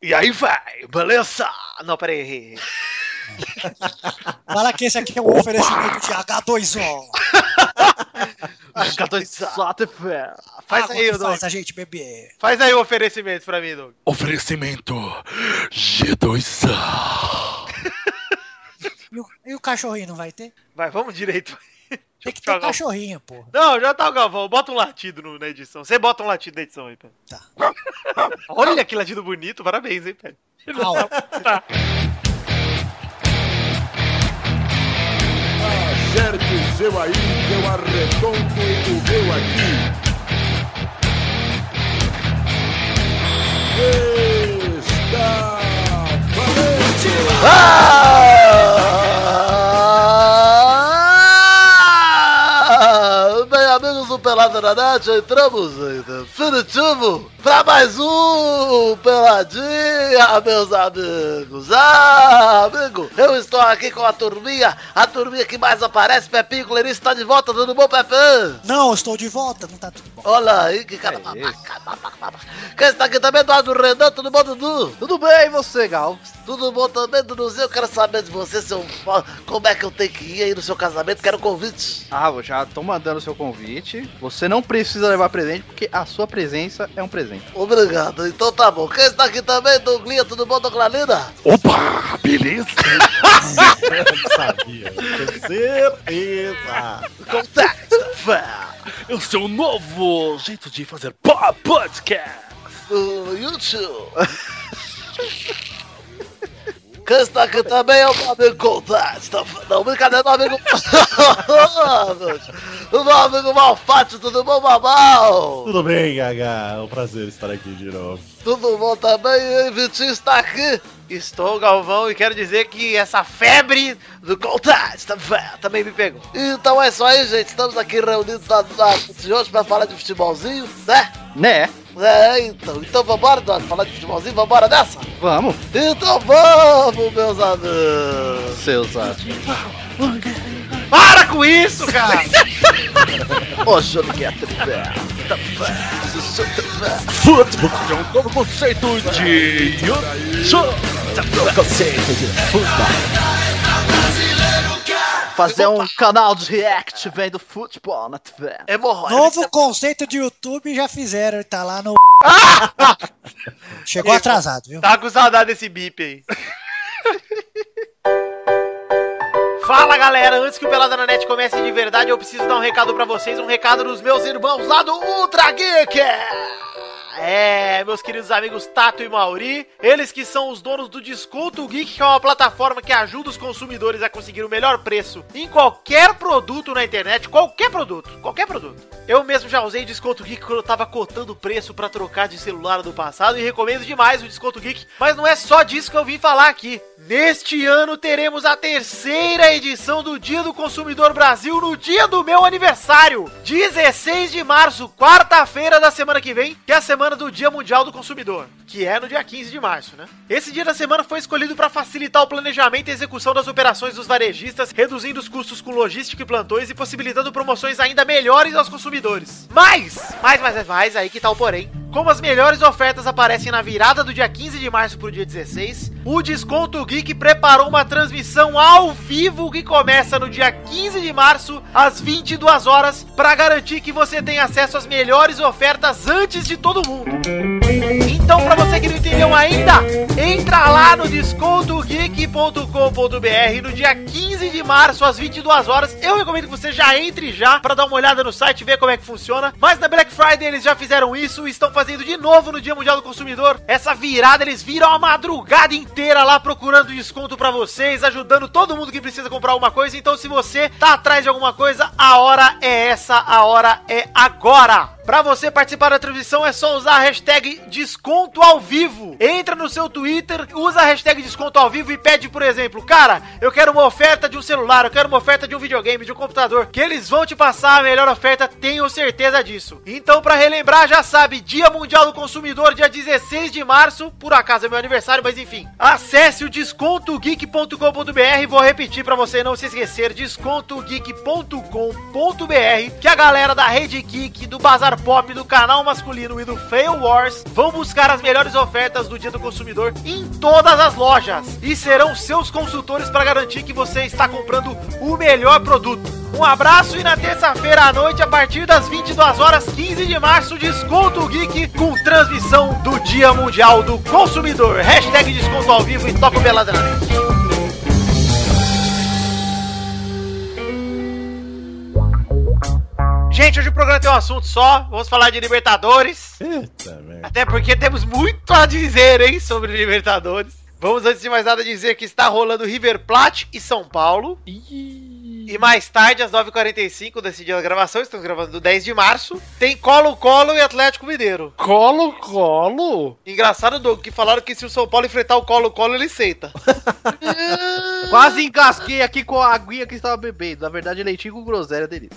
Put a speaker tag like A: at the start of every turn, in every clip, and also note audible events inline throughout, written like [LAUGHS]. A: E aí vai, beleza? Não, peraí, errei.
B: [LAUGHS]
A: errei.
B: Fala que esse aqui é um oferecimento de H2O.
A: H2O. fé.
B: Faz
A: Faz aí,
B: que
A: Doug.
B: faz a gente beber.
A: Faz aí o oferecimento pra mim, Doug.
C: Oferecimento G2A.
B: E o, e o cachorrinho não vai ter?
A: Vai, vamos direito.
B: [LAUGHS] Tem que ter
A: Jogar
B: um
A: o-
B: cachorrinho, porra.
A: Não, já tá o Galvão. Bota um latido no- na edição. Você bota um latido na edição aí, Pedro.
B: Tá.
A: [LAUGHS] Olha que latido bonito. Parabéns, hein, Pedro.
B: Au.
D: Acerte o seu aí, que eu arredondo o meu aqui. Está valente!
E: Ah! Bem, amigos do Pelada na Net, entramos em definitivo pra mais um Peladinha, meus amigos. Ah, amigo, eu estou aqui com a turminha, a turminha que mais aparece, Pepinho Clerice está de volta, tudo bom, Pepinho?
B: Não, estou de volta, não tá tudo bom.
E: Olha aí, que cara babaca, babaca, babaca. Quem está aqui também, Eduardo Renan, tudo bom, Dudu?
F: Tudo bem, e você, Gal?
E: Tudo bom também, Duduzinho? Eu quero saber de você, seu... como é que eu tenho que ir aí no seu casamento, quero convite.
F: Ah, eu já tô mandando o seu convite. Você não precisa levar presente, porque a sua presença é um presente.
E: Obrigado, então tá bom. Quem está aqui também, Douglinha, tudo bom, Douglalina?
C: Opa, beleza?
E: Contacta!
C: Eu sou o novo jeito de fazer po- podcast.
G: [LAUGHS]
E: Do YouTube! Quem está aqui também é o meu amigo Contacta! Não, brincadeira, meu amigo. [LAUGHS] o meu amigo Malfátio, tudo bom, Babal?
G: Tudo bem, Gaga? É um prazer estar aqui de novo.
E: Tudo bom também, e Vitinho está aqui!
A: Estou, Galvão, e quero dizer que essa febre do Contest também me pegou.
E: Então é isso aí, gente. Estamos aqui reunidos na, na de hoje para falar de futebolzinho, né?
F: Né?
E: É, então. Então vambora, Eduardo, falar de futebolzinho, vambora nessa?
F: Vamos,
E: Então vamos, meus amigos!
F: seus atos.
A: Para com isso, cara!
E: Hoje eu não quero tripé. Tá fé, eu sou tripé.
C: Futebol é um novo conceito de YouTube.
F: Fazer um canal de react vendo futebol na TV.
E: [LAUGHS] Hemorroida.
B: Novo conceito de YouTube já fizeram, ele tá lá no. Chegou atrasado, viu?
A: Tá com saudade desse bip aí. [LAUGHS] Fala galera, antes que o Pelada na Net comece de verdade, eu preciso dar um recado pra vocês, um recado dos meus irmãos lá do Ultra Geek. É, meus queridos amigos Tato e Mauri, eles que são os donos do Desconto Geek, que é uma plataforma que ajuda os consumidores a conseguir o melhor preço em qualquer produto na internet, qualquer produto, qualquer produto. Eu mesmo já usei Desconto Geek quando eu tava cotando preço pra trocar de celular do passado e recomendo demais o Desconto Geek. Mas não é só disso que eu vim falar aqui. Neste ano teremos a terceira edição do Dia do Consumidor Brasil no dia do meu aniversário, 16 de março, quarta-feira da semana que vem, que é a semana do Dia Mundial do Consumidor, que é no dia 15 de março, né? Esse dia da semana foi escolhido para facilitar o planejamento e execução das operações dos varejistas, reduzindo os custos com logística e plantões e possibilitando promoções ainda melhores aos consumidores. Mas, mais, mais, mais, aí que tal porém. Como as melhores ofertas aparecem na virada do dia 15 de março pro dia 16, o Desconto Geek preparou uma transmissão ao vivo que começa no dia 15 de março às 22 horas para garantir que você tenha acesso às melhores ofertas antes de todo mundo. Então, pra você que não entendeu ainda, entra lá no descontogeek.com.br no dia 15 de março, às 22 horas. Eu recomendo que você já entre já pra dar uma olhada no site, ver como é que funciona. Mas na Black Friday eles já fizeram isso e estão fazendo de novo no Dia Mundial do Consumidor. Essa virada, eles viram a madrugada inteira lá procurando desconto pra vocês, ajudando todo mundo que precisa comprar alguma coisa. Então, se você tá atrás de alguma coisa, a hora é essa, a hora é agora. Pra você participar da transmissão é só usar a hashtag desconto ao vivo. Entra no seu Twitter, usa a hashtag desconto ao vivo e pede, por exemplo, cara, eu quero uma oferta de um celular, eu quero uma oferta de um videogame, de um computador, que eles vão te passar a melhor oferta, tenho certeza disso. Então, pra relembrar, já sabe, Dia Mundial do Consumidor, dia 16 de março, por acaso é meu aniversário, mas enfim. Acesse o descontogeek.com.br, vou repetir pra você não se esquecer, descontogeek.com.br, que a galera da Rede Geek, do Bazar Cultuar Pop do canal masculino e do Fail Wars vão buscar as melhores ofertas do Dia do Consumidor em todas as lojas e serão seus consultores para garantir que você está comprando o melhor produto. Um abraço e na terça-feira à noite, a partir das 22 horas, 15 de março, Desconto Geek com transmissão do Dia Mundial do Consumidor. Hashtag Desconto ao vivo e toca o Pelada na Net. Gente, hoje o programa tem um assunto só. Vamos falar de Libertadores.
D: Eita, merda.
A: Até porque temos muito a dizer, hein, sobre Libertadores. Vamos, antes de mais nada, dizer que está rolando River Plate e São Paulo. E mais tarde, às 9h45 desse dia da gravação, estamos gravando do 10 de março, tem Colo-Colo e Atlético Mineiro.
H: Colo, colo.
A: Engraçado, Doug, que falaram que se o São Paulo enfrentar o Colo-Colo, ele aceita.
F: Quase engasguei aqui com a aguinha que estava bebendo. Na verdade, leitinho com groselha dele.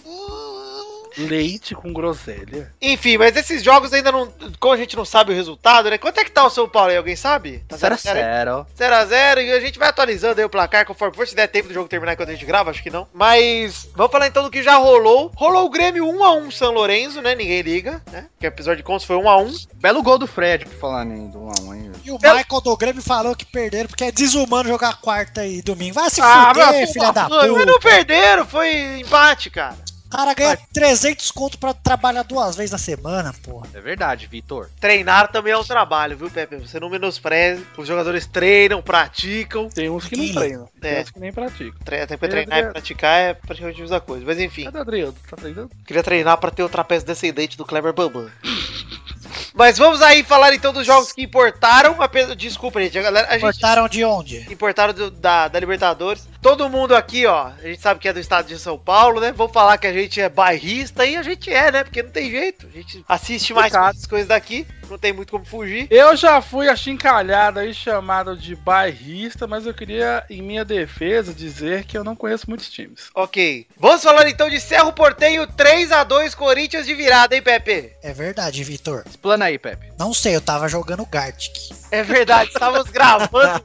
H: Leite com groselha.
A: Enfim, mas esses jogos ainda não... Como a gente não sabe o resultado, né? Quanto é que tá o São Paulo aí? Alguém sabe? Tá
F: Sério,
A: 0 a 0
F: sério.
A: 0 e a gente vai atualizando aí o placar conforme for. Se der tempo do jogo terminar enquanto a gente grava, acho que não. Mas vamos falar então do que já rolou. Rolou o Grêmio 1x1 São Lourenço, né? Ninguém liga, né? Que o episódio de contas foi 1x1.
F: Belo gol do Fred, por falar nem do 1 hein?
B: E o Michael do Grêmio falou que perderam porque é desumano jogar quarta e domingo. Vai se
A: Ah,
B: fuder, Ah, filha da
A: Mas não
B: puta.
A: perderam, foi empate, cara.
B: O cara ganha 300 conto pra trabalhar duas vezes na semana, porra.
F: É verdade, Vitor.
A: Treinar também é um trabalho, viu, Pepe? Você não menospreze. Os jogadores treinam, praticam.
H: Tem uns que não
B: Ih,
H: treinam.
A: é.
H: Tem uns que nem praticam.
A: Tre- Até porque treinar e praticar é praticamente a mesma coisa. Mas enfim,
H: Cadê o Adriano? Tá treinando?
A: queria treinar pra ter o trapézio descendente do Kleber Bambam. Mas vamos aí falar então dos jogos que importaram. Apenas... Desculpa, gente. A galera. A gente
B: Cortaram de onde?
A: importaram do- da, da Libertadores. Todo mundo aqui, ó, a gente sabe que é do estado de São Paulo, né? Vou falar que a gente é bairrista e a gente é, né? Porque não tem jeito. A gente assiste mais
H: Complicado.
A: essas coisas daqui, não tem muito como fugir.
H: Eu já fui achincalhado aí, chamado de bairrista, mas eu queria, em minha defesa, dizer que eu não conheço muitos times.
A: Ok. Vamos falar então de Cerro Portenho 3x2 Corinthians de virada, hein, Pepe?
B: É verdade, Vitor.
F: Explana aí, Pepe.
B: Não sei, eu tava jogando Gartic.
A: É verdade, estávamos gravando,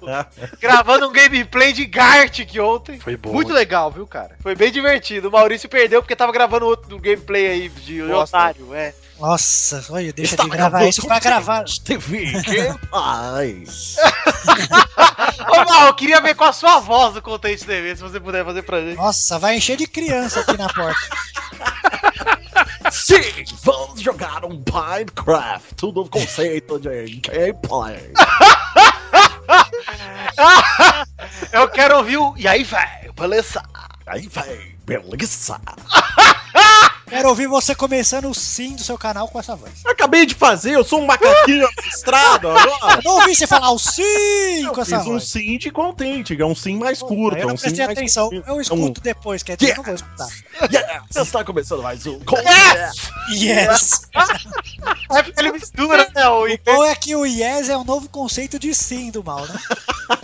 A: gravando um gameplay de Gartic ontem.
H: Foi bom.
F: Muito legal, viu, cara?
A: Foi bem divertido. O Maurício perdeu porque tava gravando outro gameplay aí de
F: Bosta.
A: otário, é.
B: Nossa, olha, deixa de gravar isso pra gravar.
D: [LAUGHS]
A: Ô, Mal, eu queria ver com a sua voz do Contente TV, se você puder fazer pra gente.
B: Nossa, vai encher de criança aqui na porta.
D: Sim, vamos jogar um Minecraft, tudo no conceito de gameplay.
A: Eu quero ouvir o. E aí, velho?
I: Beleza.
D: Aí vai, beleza.
B: Quero ouvir você começando o sim do seu canal com essa voz.
D: Eu acabei de fazer, eu sou um [LAUGHS] macaquinho astrado agora.
B: Eu não ouvi você falar o sim
D: Eu
B: com essa
D: fiz um
B: voz.
D: sim de contente, que é um sim mais curto.
B: eu
D: é
B: não
D: um sim
B: prestei
D: mais
B: atenção,
D: curtinho.
B: eu escuto depois, quer dizer, eu não vou escutar.
D: Yeah, você está começando mais um.
B: Yes!
A: É porque ele mistura, né? O inglês.
B: Ou é que o yes é um novo conceito de sim do mal, né?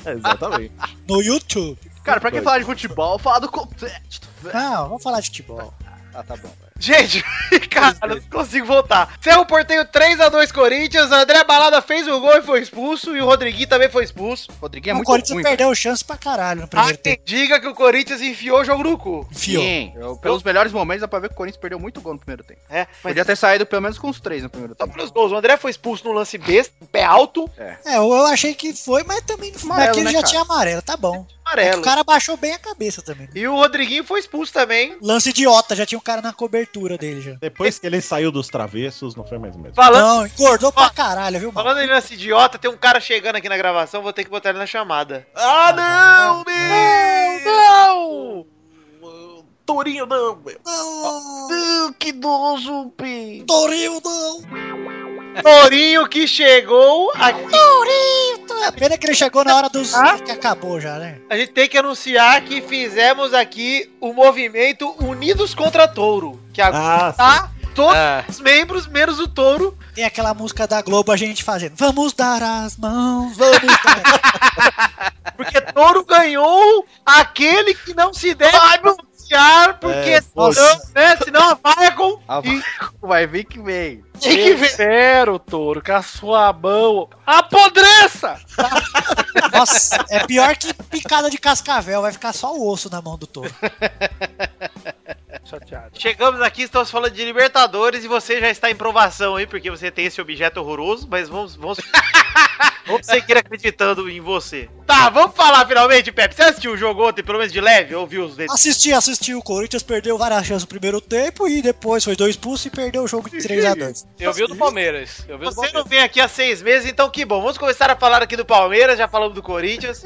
D: É, Exatamente.
B: No YouTube.
F: Cara, pra quem
D: Foi.
F: falar de futebol, falar do contexto.
B: Não, vamos falar de futebol.
F: Ah, tá bom. velho.
A: Gente, [LAUGHS] cara, não consigo voltar. Cerro Porteio 3x2 Corinthians, André Balada fez o gol e foi expulso, e o Rodriguinho também foi expulso.
F: Rodriguinho é
B: o
F: muito
B: Corinthians
F: ruim.
B: perdeu chance pra caralho no
A: Há
B: primeiro
A: quem
B: tempo.
A: diga Ah, que o Corinthians enfiou o jogo no cu.
B: Enfiou.
F: Sim, eu- pelos melhores momentos dá pra ver que o Corinthians perdeu muito gol no primeiro tempo.
A: É, mas
F: Podia ter saído pelo menos com os três no primeiro
A: só
F: tempo.
A: pelos gols. O André foi expulso no lance besta, um pé alto,
B: É, eu eu achei que foi, mas também não foi.
F: Amarelo,
B: Aquele
F: né,
B: já
F: cara?
B: tinha amarelo, tá bom. É que
A: amarelo.
B: o cara baixou bem a cabeça também.
A: E o Rodriguinho foi expulso também.
B: Lance idiota, já tinha um cara na cobertura dele já.
D: Depois que ele saiu dos travessos, não foi mais o mesmo.
A: Falando,
B: Não, engordou pra caralho, viu, mano?
A: falando em lance idiota, tem um cara chegando aqui na gravação, vou ter que botar ele na chamada.
D: Ah, não,
A: Não!
D: meu! Tourinho, não, meu.
B: Não,
I: Ah, Que nojo, Pi.
B: Toril, não!
A: Torinho que chegou aqui.
B: Tá, é Pena que ele chegou na hora dos.
F: Ah?
B: que acabou já, né?
A: A gente tem que anunciar que fizemos aqui o movimento Unidos contra Touro. Que agora
D: Ah,
A: tá todos
F: Ah,
A: os membros, menos o touro.
B: Tem aquela música da Globo a gente fazendo. Vamos dar as mãos, vamos dar.
A: Porque touro ganhou aquele que não se deve pronunciar, porque
D: É, poxa.
A: senão, né, senão a vaia com.
F: a- Ah, vai vir que vem.
A: [LAUGHS] Tem que ver.
H: Espero, touro, que a sua mão apodreça!
F: [LAUGHS]
B: Nossa, é pior que picada de cascavel, vai ficar só o osso na mão do touro.
J: Chateado.
A: Chegamos aqui, estamos falando de Libertadores e você já está em provação aí, porque você tem esse objeto horroroso, mas vamos. [LAUGHS] Vamos, vamos seguir acreditando em você. Tá, vamos falar finalmente, Pepe. Você assistiu o jogo ontem, pelo menos de leve, ou viu os dedos?
B: Assisti, assisti. O Corinthians perdeu várias chances no primeiro tempo e depois foi dois pulsos e perdeu o jogo de 3x2.
K: Eu vi o do Palmeiras. Eu vi o
A: Você
K: do Palmeiras.
A: não vem aqui há seis meses, então que bom. Vamos começar a falar aqui do Palmeiras, já falamos do
K: [LAUGHS]
A: Corinthians.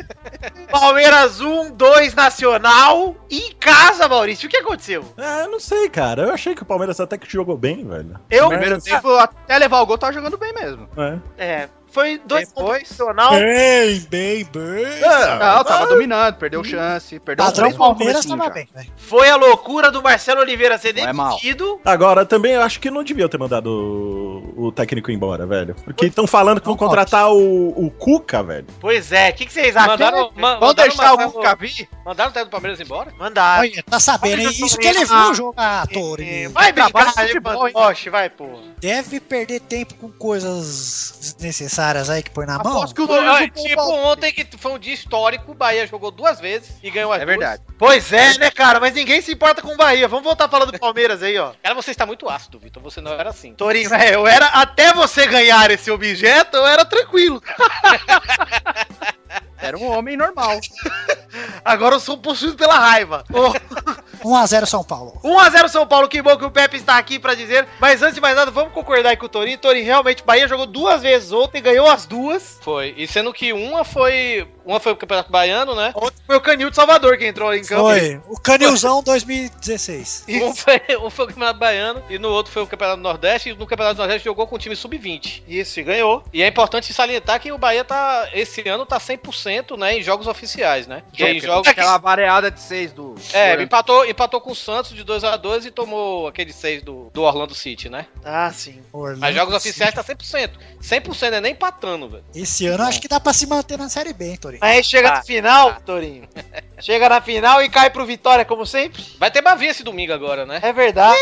A: Palmeiras 1, 2 Nacional. E em casa, Maurício, o que aconteceu?
D: Ah, eu não sei, cara. Eu achei que o Palmeiras até que jogou bem, velho.
A: Eu-
F: Primeiro tempo, até levar o gol, tava jogando bem mesmo.
D: É.
A: É, foi dois
F: Depois-
A: pontos Nacional.
F: É.
B: Bem, bem, bem.
D: É,
K: Ah.
F: Não, tava dominando, perdeu chance, perdeu
B: Padrão
F: três gols no
B: Palmeiras
F: comecinho
B: tava
F: já.
B: bem, né? velho.
A: Foi a loucura do Marcelo Oliveira ser
F: Não é mal.
A: demitido.
D: Agora, também eu acho que não devia ter mandado o, o técnico embora, velho. Porque estão falando que vão
F: Não pode.
D: contratar o, o Cuca, velho.
A: Pois é, o que, que vocês acham?
K: Mandaram, ma
F: Vamos
K: mandaram
F: deixar
K: matar
F: o Cuca vir?
K: Mandaram o técnico do Palmeiras embora?
A: Mandaram.
B: Olha, tá sabendo, hein?
A: Olha,
B: Isso
A: eu
B: que ele
A: também.
B: viu o jogo, ah,
A: É,
B: Torinho.
A: Vai
F: Trabalho
A: brincar,
F: de futebol, hein?
A: Poste, vai, pô.
B: Deve perder tempo com coisas desnecessárias aí que põe na mão.
F: Aposto que o
K: Ah,
F: Dorival
K: tipo ontem, que foi um dia histórico, o Bahia jogou duas vezes e ganhou as
F: É
K: duas.
F: verdade.
A: Pois é, né, cara? Mas ninguém se importa com o Bahia. Vamos voltar falando do Palmeiras aí, ó.
K: Cara, você está muito ácido, Vitor. Você não era assim.
A: Torinho, é, eu era. Até você ganhar esse objeto, eu era tranquilo.
F: Era um homem normal.
A: Agora eu sou possuído pela raiva. Ô,
B: 1x0 São Paulo.
A: 1x0 São Paulo, que bom que o Pepe está aqui pra dizer. Mas antes de mais nada, vamos concordar aí com o Torinho. Torinho, realmente, o Bahia jogou duas vezes ontem, ganhou as duas.
K: Foi. E sendo que uma foi. Uma foi o Campeonato Baiano, né? [LAUGHS]
A: Ontem foi o Canil de Salvador que entrou em campo.
B: Foi. O Canilzão 2016.
K: Um foi, um foi o Campeonato Baiano e no outro foi o Campeonato do Nordeste. E no Campeonato do Nordeste jogou com o time sub-20.
A: Isso, e ganhou.
K: E é importante salientar que o Bahia tá. Esse ano tá 100% né, em jogos oficiais, né? Que em jogos.
F: Aquela é variada de seis do.
K: É, empatou, empatou com o Santos de 2 a 2 e tomou aquele 6 do, do Orlando City, né?
A: Ah, sim.
B: Orlando
K: Mas jogos
B: City.
K: oficiais tá 100%. 100% é nem empatando, velho.
B: Esse ano acho que dá pra se manter na Série B, hein, Torinho.
A: Aí chega
K: Ah,
A: na final, Torinho. Chega na final e cai pro Vitória, como sempre.
K: Vai ter Bavi esse domingo agora, né?
A: É verdade.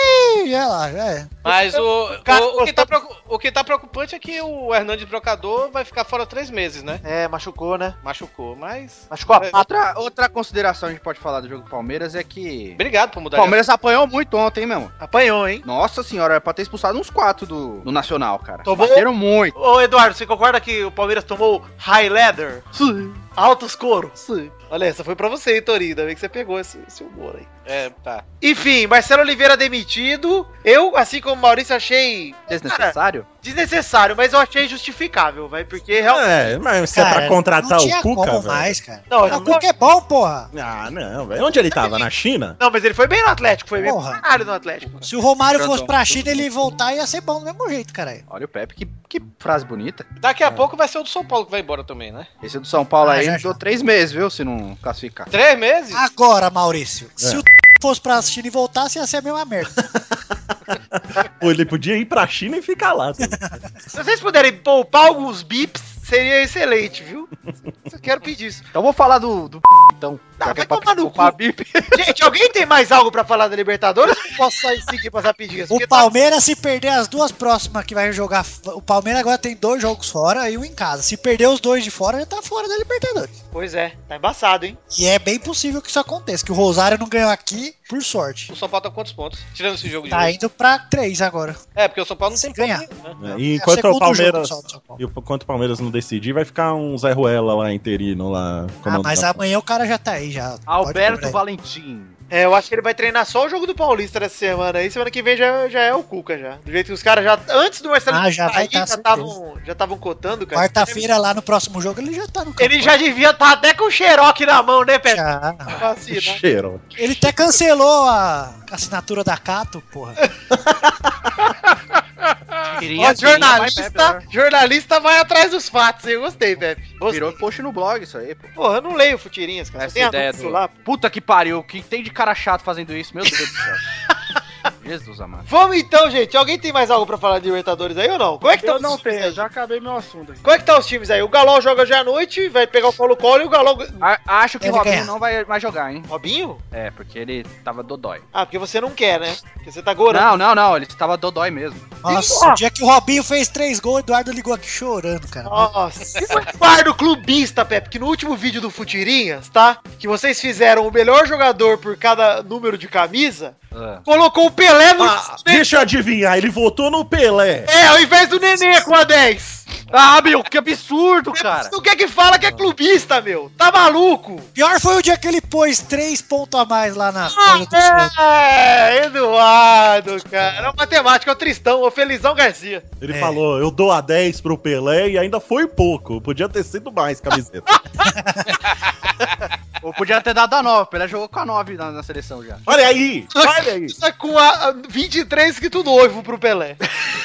B: Ih, é lá, já é.
K: Mas o,
A: cara
K: o, o que tá, preocu- o que tá preocupante é que o Hernandes Brocador vai ficar fora três meses, né?
A: É, machucou, né?
K: Machucou, mas. é.
A: Machucou a pata.
F: Outra, outra consideração que a gente pode falar do jogo do Palmeiras é que.
K: Obrigado por
F: O
K: mudar
F: Palmeiras apanhou muito ontem, hein, mesmo.
A: Apanhou, hein?
F: Nossa senhora, era pra ter expulsado uns quatro do, do Nacional, cara.
A: Tomou?
F: Bateram muito.
A: Ô, Eduardo, você concorda que o Palmeiras tomou high leather? Altos couro? Olha, essa foi pra você, hein, Torinho. Ainda bem que você pegou esse, esse humor aí.
K: de... É, tá.
A: Enfim, Marcelo Oliveira demitido. Eu, assim como o Maurício, achei
F: Desnecessário?
A: desnecessário, mas eu achei justificável, vai, porque realmente.
D: É, mas se é
B: Cara,
D: pra contratar
B: não tinha
D: o Cuca,
B: como
D: velho.
B: mais, cara.
A: Não,
B: o Cuca é bom, porra.
D: Ah, não, velho. Onde ele tava? Na China?
A: Não, mas ele foi bem no Atlético, foi bem
B: Porra.
A: pra caralho no Atlético.
B: Se o Romário
F: Pronto.
B: fosse pra China, ele voltar ia ser bom do mesmo jeito, caralho.
F: Olha o Pepe, que, que frase bonita.
K: Daqui a pouco vai ser o do São Paulo que vai embora também, né?
F: Esse é do São Paulo
B: É. Ah,
F: aí
B: já,
F: durou três meses, viu? Se não classificar.
K: Três meses?
B: Agora, Maurício, se
D: É.
B: o fosse pra China e voltasse, ia ser a
K: [LAUGHS]
B: mesma merda.
D: Pô, ele podia ir pra China e ficar
B: [LAUGHS]
D: lá. tá?
B: É,
A: Se vocês puderem poupar alguns bips, seria excelente, viu? Eu quero pedir isso.
F: Então vou falar do. do então.
K: Ah,
A: Não,
F: Já que
A: vai
F: é pra-
A: tomar no
F: pra
A: cu.
B: [LAUGHS]
F: bip.
A: Gente, alguém tem mais algo pra falar da Libertadores? Eu posso sair seguir e passar pedidas.
B: O
A: Porque tá-
B: Palmeiras, se perder as duas próximas que vai jogar. O Palmeiras agora tem dois jogos fora e um em casa. Se perder os dois de fora, já tá fora da Libertadores.
A: Tá... Pois é, tá embaçado, hein?
B: E é bem possível que isso aconteça, que o Rosário não ganhou aqui, por sorte.
K: O São Paulo tá com quantos pontos? Tirando esse jogo de
B: Tá
K: hoje.
B: indo pra três agora.
K: É, porque o São Paulo não
B: Se
K: tem
B: ganhar.
K: ponto nenhum, né?
D: É, E
B: É o
D: enquanto
B: segundo
D: o Palmeiras.
B: jogo do São Paulo.
D: E o- enquanto o Palmeiras não decidir, vai ficar um Zé Ruela lá interino lá.
B: Ah,
D: comandando
B: mas
D: a-
B: amanhã o cara já tá aí, já. Pode
F: Alberto
B: cobrar.
F: Valentim.
A: É, eu acho que ele vai treinar só o jogo do Paulista dessa semana. Aí semana que vem já, já é o Cuca já. Do jeito que os caras já. Antes do Marcelo
B: Ah, já vai
A: sair,
B: tá,
A: já
B: certeza.
A: estavam já estavam cotando, cara.
B: Quarta-feira, lá no próximo jogo, ele já tá no campo.
A: Ele já devia estar até com o xerox na mão, né, assim, Pedro?
B: Já.
D: Que
A: Vacina.
D: cheiro.
B: Ele até cancelou a assinatura da Cato, [LAUGHS] porra.
A: Ó, jornalista,
K: né?
A: jornalista vai atrás dos fatos, hein? Eu gostei, Pepe. Gostei.
F: Virou post no blog isso aí, pô.
A: Porra, eu não leio futirinhas, cara.
K: Essa
A: Você tem
K: ideia
A: anúncio
K: do-
A: lá, pô.
F: Puta que pariu, o que tem de cara chato fazendo isso, meu Deus do céu. Jesus amado.
A: Vamos então, gente. Alguém tem mais algo pra falar de Libertadores aí ou não? Como é que
C: Eu
A: estão
C: não
A: os times
C: tenho,
A: aí?
C: já acabei meu assunto aqui.
A: Como é que tá os times aí? O Galol joga hoje à noite, vai pegar o Colo-Colo e o Galol...
F: A- acho que o
B: Deve
F: Robinho
B: ganhar.
F: não vai mais jogar, hein?
A: Robinho?
F: É, porque ele tava dodói.
A: Ah, porque você não quer, né? Porque você tá gorando.
F: Não, não, não, ele tava dodói mesmo.
B: Nossa, o dia que o Robinho fez três gols, o Eduardo ligou aqui chorando, cara.
A: Nossa, guarda o clubista, Pepe, que no último vídeo do Futirinhas, tá? Que vocês fizeram o melhor jogador por cada número de camisa,
F: Ah.
A: colocou o Pelé no.
D: Ah, deixa eu adivinhar, ele votou no Pelé.
A: É, ao invés do Nenê com a 10.
F: Ah, meu, que absurdo,
A: Cara.
F: cara.
A: O que é que fala que é clubista, meu? Tá maluco?
B: Pior foi o dia que ele pôs três pontos a mais lá na coisa do Santos.
A: É, Eduardo, cara. É o matemático, é o Tristão, é o Felizão Garcia.
D: Ele
B: É.
D: falou, eu dou a 10 pro Pelé e ainda foi pouco. Podia ter sido mais camiseta.
F: Eu podia ter dado a 9, ele jogou com a 9 na, na seleção já.
D: olha aí, olha aí.
A: Tá com a a 23 escrito noivo pro Pelé.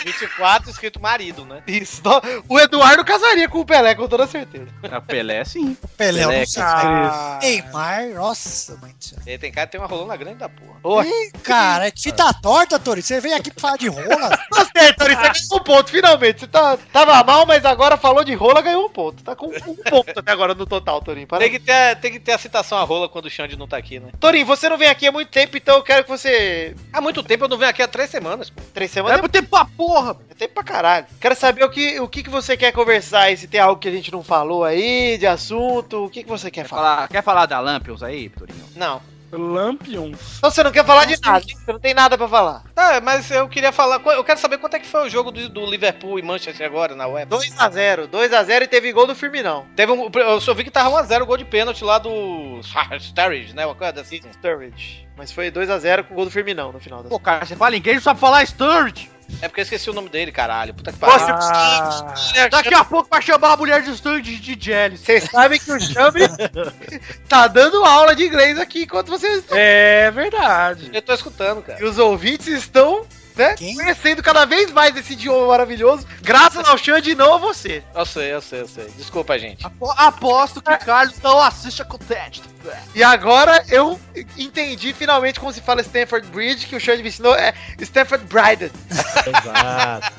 K: 24 Tá escrito marido, né?
A: Isso. não- O Eduardo casaria com o Pelé, com toda certeza.
F: A Ah, Pelé, sim.
B: Pelé, eu não
F: Pelé,
B: sei.
C: Ah,
B: Neymar, nossa, mãe do céu.
K: Ele tem cara que tem uma rolona grande da porra.
B: Ih, cara, é que fita torta, Tori. Você vem aqui pra falar de rola? [LAUGHS]
A: Tá certo, Tori,
K: Ah.
A: você ganhou um ponto, finalmente. Você tá, tava mal, mas agora falou de rola, ganhou um ponto. Tá com um ponto até agora no total, Torinho.
K: Tem
A: Parabéns.
K: que, ter, tem que ter a citação à rola quando o Xande não tá aqui, né?
A: Torinho, você não vem aqui há muito tempo, então eu quero que você.
K: Há muito tempo eu não venho aqui há três semanas. pô.
A: Três
F: É
A: semanas
F: pro tempo pra porra.
A: é tempo pra caralho. Quero saber o que, o que, que você quer conversar aí, se tem algo que a gente não falou aí, de assunto. O que, que você quer
K: É
F: Quer
A: falar?
F: falar, quer falar da Lampions aí, Turinho?
A: Não.
C: Lampions.
A: Então você não quer falar de nada, hein? você não tem nada pra falar.
K: Tá, mas eu queria falar. qu- Eu quero saber quanto é que foi o jogo do, do Liverpool e Manchester agora na web.
A: 2x0, 2x0 e teve gol do Firminão.
K: Teve um, eu só vi que tava 1x0 gol de pênalti lá do Sturridge, né? Uma coisa assim.
A: Sturridge. Mas foi 2x0 com o gol do Firminão no final da
F: Pô, cara, você fala inglês, não sabe falar Sturridge.
K: É porque eu esqueci o nome dele, caralho. Puta que pariu.
A: Nossa,
C: É,
F: Daqui a pouco vai chamar a mulher de Sturridge de Jelly.
A: Vocês sabem que
C: [LAUGHS]
A: o Chambre tá dando aula de inglês aqui enquanto vocês.
C: É verdade.
K: Eu tô escutando, cara.
A: E os ouvintes estão, né?
B: Quem?
A: Conhecendo cada vez mais esse idioma maravilhoso, graças ao Xande e não a você.
K: Eu sei, eu sei, eu sei. Desculpa, gente.
F: Apo- aposto
C: É.
F: que Carlos não assiste a Contest.
A: E agora eu entendi finalmente como se fala Stanford Bridge, que o Xande me ensinou é Stanford Bridge.
D: Exato.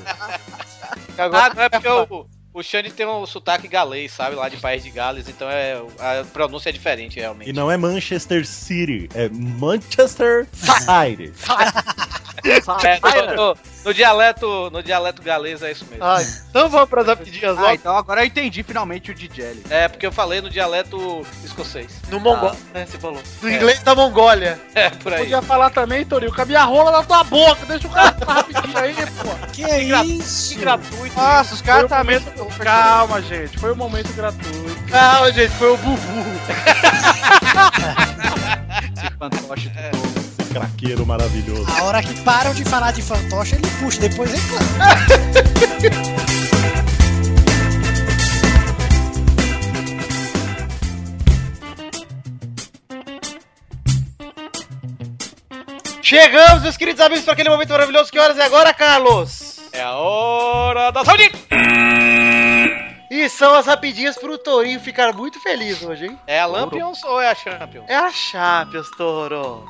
A: Agora
K: Ah, não, é porque o, o Xande tem um sotaque galês, sabe? Lá de País de Gales. Então é, a pronúncia é diferente, realmente.
D: E não é Manchester City, é Manchester City.
K: É, no, no- no dialeto, no dialeto galês é isso mesmo.
A: Ah, então vamos para as rapidinhas
F: Ah,
A: logo.
F: então agora eu entendi finalmente o de Jelly.
K: É, porque eu falei no dialeto escocês. [LAUGHS]
A: No Mongol,
F: Ah.
A: né? Você falou. Do inglês da Mongólia.
K: É, por aí.
C: Podia falar também, Torinho, com a minha Tá rola na tua boca. Deixa o cara falar rapidinho aí, pô.
B: Que é isso?
K: gratuito.
F: Nossa, os
C: Foi
F: caras
C: um
F: tá mesmo.
C: momento... Calma, gente. Foi um momento gratuito.
A: Não, gente, foi o Bubu.
F: Esse fantoche do povo.
D: Craqueiro maravilhoso.
B: A hora que param de falar de fantoche, ele puxa, depois reclama.
A: Chegamos, meus queridos amigos, para aquele momento maravilhoso. Que horas é agora, Carlos?
K: É a hora da saúde!
A: E são as rapidinhas pro Torinho ficar muito feliz hoje, hein?
K: É a Lampions ou é a Champions?
A: É a Chape, os Toro.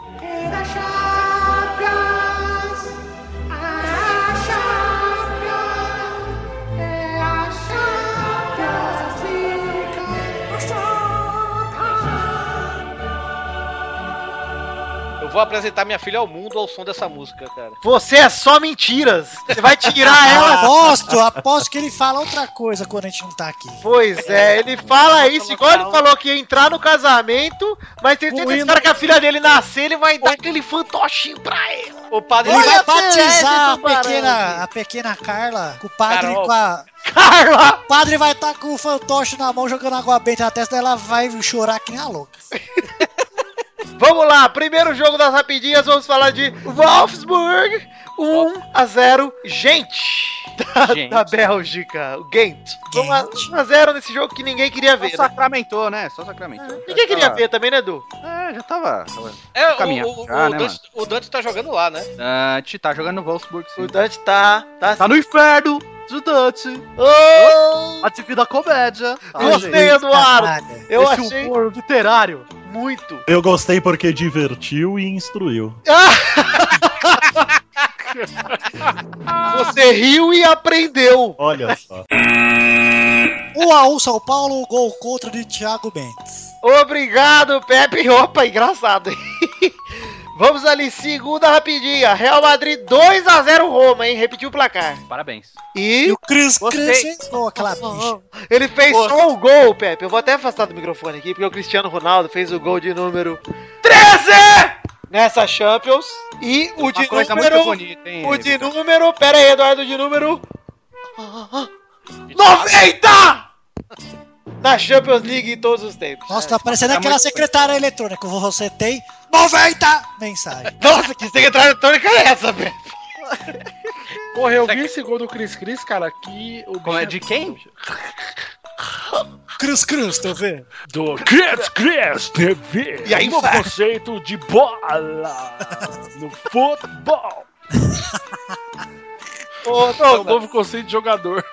K: Eu vou apresentar minha filha ao mundo ao som dessa música, cara.
A: Você é só mentiras. Você vai
B: Ah,
A: tirar
B: [LAUGHS] é?
A: ela.
B: Aposto, aposto que ele fala outra coisa quando a gente não tá aqui.
A: Pois é, ele fala isso igual ele falou que ia entrar no casamento, mas tem certeza cara, que a filha dele nascer, ele vai dar aquele fantochinho pra ele. [LAUGHS]
K: O padre.
B: Ele
A: Olha
B: vai
A: a
B: batizar a
A: Therese Tubarão,
B: pequena, a pequena Carla com o padre
K: Carol.
B: com a.
A: Carla!
B: O padre vai estar com o fantoche na mão jogando água benta na testa, ela vai chorar que nem a louca.
A: Vamos lá, primeiro jogo das rapidinhas, vamos falar de Wolfsburg 1 a 0 gente. Da,
F: Gente.
A: da Bélgica, o Gent. Vamos lá,
B: Gent.
A: 1 a 0 nesse jogo que ninguém queria ver.
F: Só
A: né?
F: sacramentou, né? Só sacramentou.
A: Ninguém queria ver também, né, Edu?
F: É, já tava.
K: É, o,
F: Caminhar.
K: o- o-
F: Ah,
K: o
F: né,
K: Dante, o Dante tá jogando lá, né?
F: Dante tá jogando no Wolfsburg, sim.
A: O Dante tá. tá... assim.
F: Tá no inferno do Dante.
A: Ô,
F: A TV da comédia. Tá,
A: Ah, Gostei, Eduardo!
B: Caralho.
A: Eu
F: Esse
A: achei
F: humor literário.
A: muito.
D: Eu gostei porque divertiu e instruiu.
F: Você riu e aprendeu.
D: Olha só.
B: 1x1 São Paulo, gol contra de Thiago Mendes.
A: Obrigado, Pepe. Opa, engraçado. [LAUGHS] Vamos ali, segunda rapidinha. Real Madrid 2x0 Roma, hein? Repetiu o placar.
F: Parabéns.
B: E
A: E
B: o Cris
A: Gostei. ah.
B: Cris fez gol, aquela bicha.
A: ele fez
E: Pô.
A: só o gol, Pepe. Eu vou até afastar do microfone aqui, porque o Cristiano Ronaldo fez o gol de número 13 nessa Champions. E o de
F: Uma coisa
A: número.
F: muito bonita, tá- hein?
A: o de número. Pera aí, Eduardo, de número. 90! Na Champions League em todos os tempos.
B: Nossa, tá parecendo
F: tá
B: aquela
F: muito-
B: secretária eletrônica. Você tem 90 mensagem.
A: Nossa, que secretária eletrônica é essa, velho?
H: Porra, eu vi esse gol do Cris Cris, cara, que o
F: Como é
H: bicho
F: de quem?
B: Cris Cris, tá vendo?
L: Do Chris Chris TV.
A: E aí,
L: um
A: vai.
L: conceito de bola no futebol.
A: Ô,
H: é o
A: Douglas,
H: novo conceito de jogador.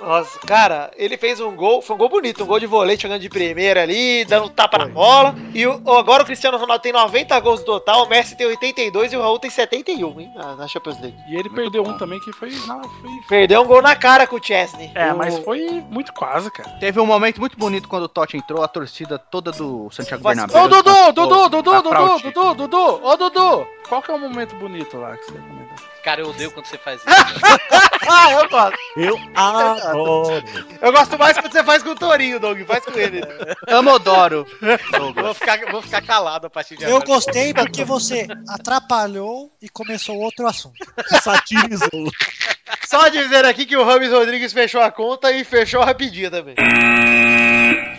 A: Nossa, cara, ele fez um gol, foi um gol bonito, um gol de vôlei chegando de primeira ali, dando um tapa na bola. E o- agora o Cristiano Ronaldo tem 90 gols no total, o Messi tem 82 e o Raul tem 71, hein, na, na Champions League.
H: E ele
F: Muito
H: perdeu
F: bom.
H: um também que foi, ah, foi-
A: Perdeu um gol na cara com o Chesney.
H: É,
A: O-
H: mas foi muito quase, cara.
F: Teve um momento muito bonito quando o Totti entrou, a torcida toda do Santiago
A: Mas-
F: Bernabéu.
H: Ô, Dudu, Dudu,
F: na
H: Dudu, Dudu,
F: fraude.
H: Dudu, Dudu, ô, Dudu. Qual que é o momento bonito lá que você comenta?
K: Cara, eu odeio quando você faz
F: [LAUGHS]
K: isso. velho.
A: Ah, eu gosto.
D: Eu adoro.
A: Eu gosto mais quando você faz com o Torinho, Doug, faz com ele.
F: Amodoro.
K: Eu Vou ficar, eu vou ficar calado a partir de
B: Eu
K: agora.
B: gostei porque você atrapalhou e começou outro assunto.
D: Satirizou.
A: Só dizer aqui que o Rames Rodrigues fechou a conta e fechou rapidinho também.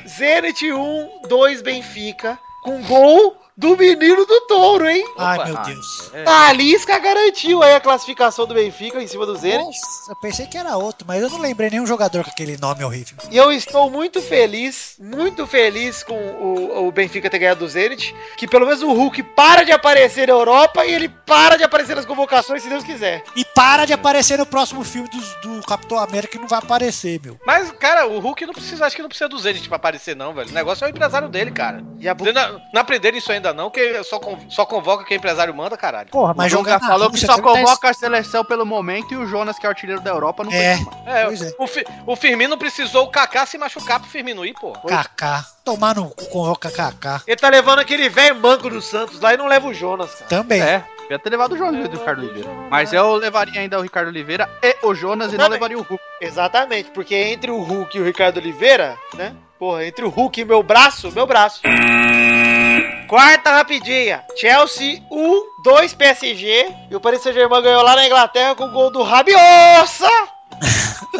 A: Zenit 1, 2 Benfica, com gol do menino do touro, hein?
B: Ai,
K: Opa.
B: meu
F: Ah.
B: Deus.
A: Talisca garantiu aí a classificação do Benfica em cima do Zenit.
B: Nossa, eu pensei que era outro, mas eu não lembrei nenhum jogador com aquele nome horrível.
A: E eu estou muito feliz, muito feliz com o, o Benfica ter ganhado do Zenit. Que pelo menos o Hulk para de aparecer na Europa e ele para de aparecer nas convocações, se Deus quiser.
B: E para de aparecer no próximo filme dos- do, Capitão América que não vai aparecer, meu.
K: Mas, cara, o Hulk não precisa, acho que não precisa do Zenit pra aparecer, não, velho. O negócio é o empresário dele, cara.
A: E a bu-
K: Vocês Não, não aprenderam isso ainda, não, que só, con- só convoca quem o empresário manda, caralho.
B: Porra, mas
F: o Dunga
B: jogar na
F: falou que
B: Rússia
F: só
B: também tá es-
F: convoca a seleção pelo momento e o Jonas, que é artilheiro da Europa, não
B: É.
F: precisa mais.
K: É,
B: Pois é.
K: o, Fi- o Firmino precisou o Kaká se machucar pro Firmino ir,
F: é.
K: pô.
B: Kaká. Tomar no cu, convoca Kaká.
A: Ele tá levando aquele velho manco do Santos lá e não leva o Jonas, cara.
B: Também.
F: É, devia ter levado o Jonas do Ricardo Oliveira. Mas eu levaria ainda o Ricardo Oliveira e o Jonas e não
A: Também.
F: levaria o Hulk.
A: Exatamente, porque entre o Hulk e o Ricardo Oliveira, né? Porra, entre o Hulk e meu braço, meu braço. Quarta rapidinha. Chelsea 1, 2 PSG. E o Paris Saint-Germain ganhou lá na Inglaterra com o gol do Rabiosa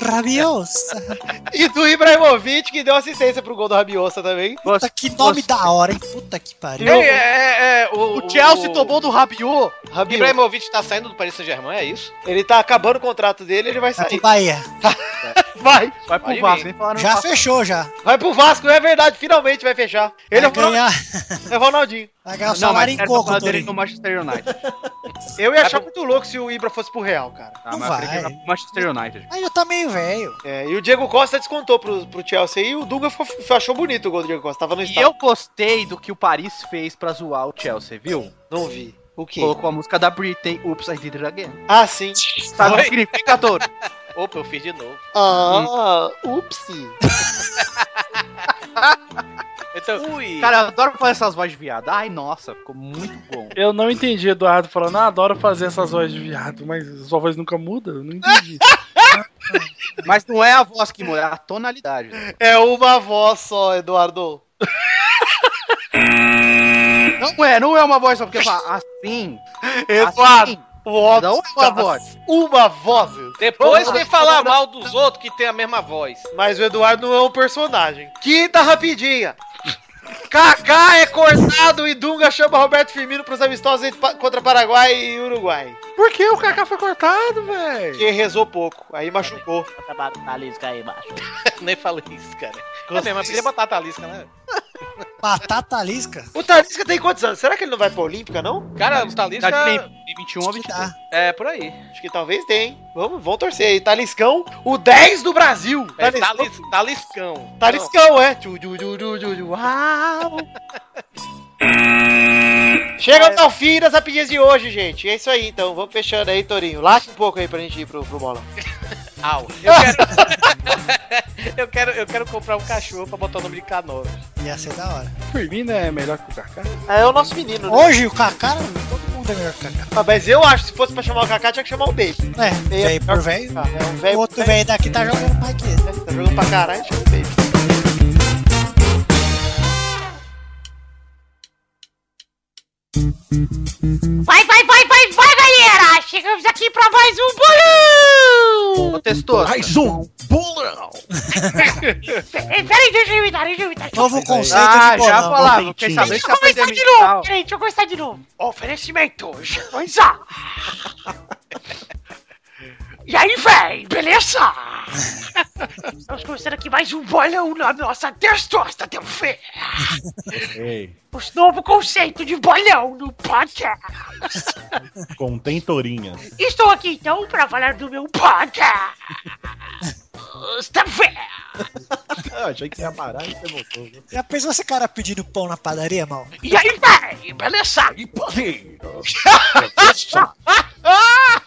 B: Rabiosa.
A: e do Ibrahimovic, que deu assistência pro gol do Rabiosa também.
B: Puta que nome da hora, hein? Puta que pariu.
K: Ei, é, é, é, o,
A: O Chelsea tomou
K: do Rabiot.
A: Rabiot.
K: Ibrahimovic tá saindo do Paris Saint-Germain, é isso?
A: Ele tá acabando o contrato dele, ele vai
B: Vai pro
A: sair.
B: Bahia.
A: Vai,
F: Vai pro
K: Pode
F: Vasco,
K: vir.
F: nem falaram
B: Já
F: no
B: fechou, já.
A: vai pro Vasco, é verdade, finalmente vai fechar. Ele é
B: Vai
A: o Ronaldinho,
B: ganhar,
A: é o Ronaldinho.
B: vai ganhar o
F: Vasco. Não,
B: salário
F: mas
B: em
F: era pra
B: coco,
F: falar dele
B: Torinho.
F: no Manchester United.
A: Eu ia achar muito louco se o Ibra fosse pro Real, cara.
F: Tá,
B: Não
F: mas eu queria
B: vai.
F: jogar pro Manchester United.
B: Aí eu tá meio velho.
A: É, e o Diego Costa descontou pro, pro Chelsea e o Dunga fo- f- achou bonito o gol do Diego Costa. Tava no
F: E
A: estádio.
F: eu gostei do que o Paris fez pra zoar o Chelsea, viu?
A: Não vi. O quê?
F: Colocou a música da Britney, Oops, I Did It Again.
A: Ah, sim.
F: Sabe o que significa, Toro?
K: Opa, eu fiz de novo.
A: Ah, upsi.
K: Então,
F: Cara, eu adoro fazer essas vozes de viado. Ai, nossa, ficou muito bom.
H: Eu não entendi, Eduardo, falando, ah, adoro fazer essas vozes de viado, mas sua voz nunca muda, eu não [LAUGHS] entendi.
F: Mas não é a voz que muda, é a tonalidade.
A: É uma voz só, Eduardo.
F: Não é, não é uma voz só, porque fala assim.
A: Eduardo,
F: assim,
A: o óbvio.
F: não é uma voz.
A: Uma voz.
K: depois
A: Vamos
K: vem falar mal dos outros que tem a mesma voz.
A: Mas o Eduardo não é um personagem. Quinta rapidinha. Kaká é cortado e Dunga chama Roberto Firmino pros amistosos entre pa- contra Paraguai e Uruguai.
H: Por que o Kaká foi cortado, velho?
A: Porque rezou pouco, aí machucou.
K: Nem falei isso, cara. É mesmo, eu queria botar a Talisca, né?
B: Batata
F: Um
B: lisca.
A: O Talisca tem quantos anos? Será que ele não vai pra Olímpica, não?
K: Cara, o Talisca
F: Tá de limpo, de 21 a 22.
B: Tá.
K: é por aí.
A: Acho que talvez dê, hein? Vamos, vamos torcer aí. Taliscão, o 10 do Brasil.
F: Tá
K: É,
A: Taliscão.
K: talis, taliscão.
A: Tá Taliscão, é. Tchu, tchu, tchu, tchu, tchu, tchu. Uau. Chegamos ao fim das rapidinhas de hoje, gente. É isso aí, então. Vamos fechando aí, Torinho. Late um pouco aí pra gente ir pro, pro bola.
K: Au.
F: [LAUGHS]
K: Eu quero... [LAUGHS] eu quero. Eu quero comprar um cachorro pra botar o nome de Canoa.
B: Ia ser da hora.
H: Por mim, né? É melhor que o Kaká.
A: É o nosso menino, né?
B: Hoje, o Kaká, todo mundo é melhor que o Kaká.
A: Ah, mas eu acho que se fosse pra chamar o Kaká, tinha que chamar o Baby.
B: É, velho por velho.
A: Ah, é um
B: O
A: velho.
B: outro velho daqui tá jogando mais que ele.
A: Tá jogando pra caralho, chama o Baby.
M: Vai, vai, vai, vai, vai, galera! Chegamos aqui pra mais um bolão!
F: Testou.
C: Mais um bolão!
M: Ei, [LAUGHS] Peraí, deixa eu imitar, deixa eu imitar.
B: Novo conceito de
H: Ah,
B: bolão.
H: já falava.
B: Valentim.
H: Quem sabe
M: Deixa eu começar de novo, peraí, deixa eu começar de novo. Oferecimento, coisa! é. E aí, véi, beleza? Estamos começando aqui mais um bolão na nossa Testosta TV.
D: Ei,
M: Os novo conceito de bolão no podcast.
D: contém tourinhas.
M: Estou aqui então para falar do meu podcast. Tá TV.
D: Eu achei que você ia parar e você voltou. viu?
B: Já pensou esse cara pedindo pão na padaria, mal?
M: E aí, véi, beleza?
C: E porrinho!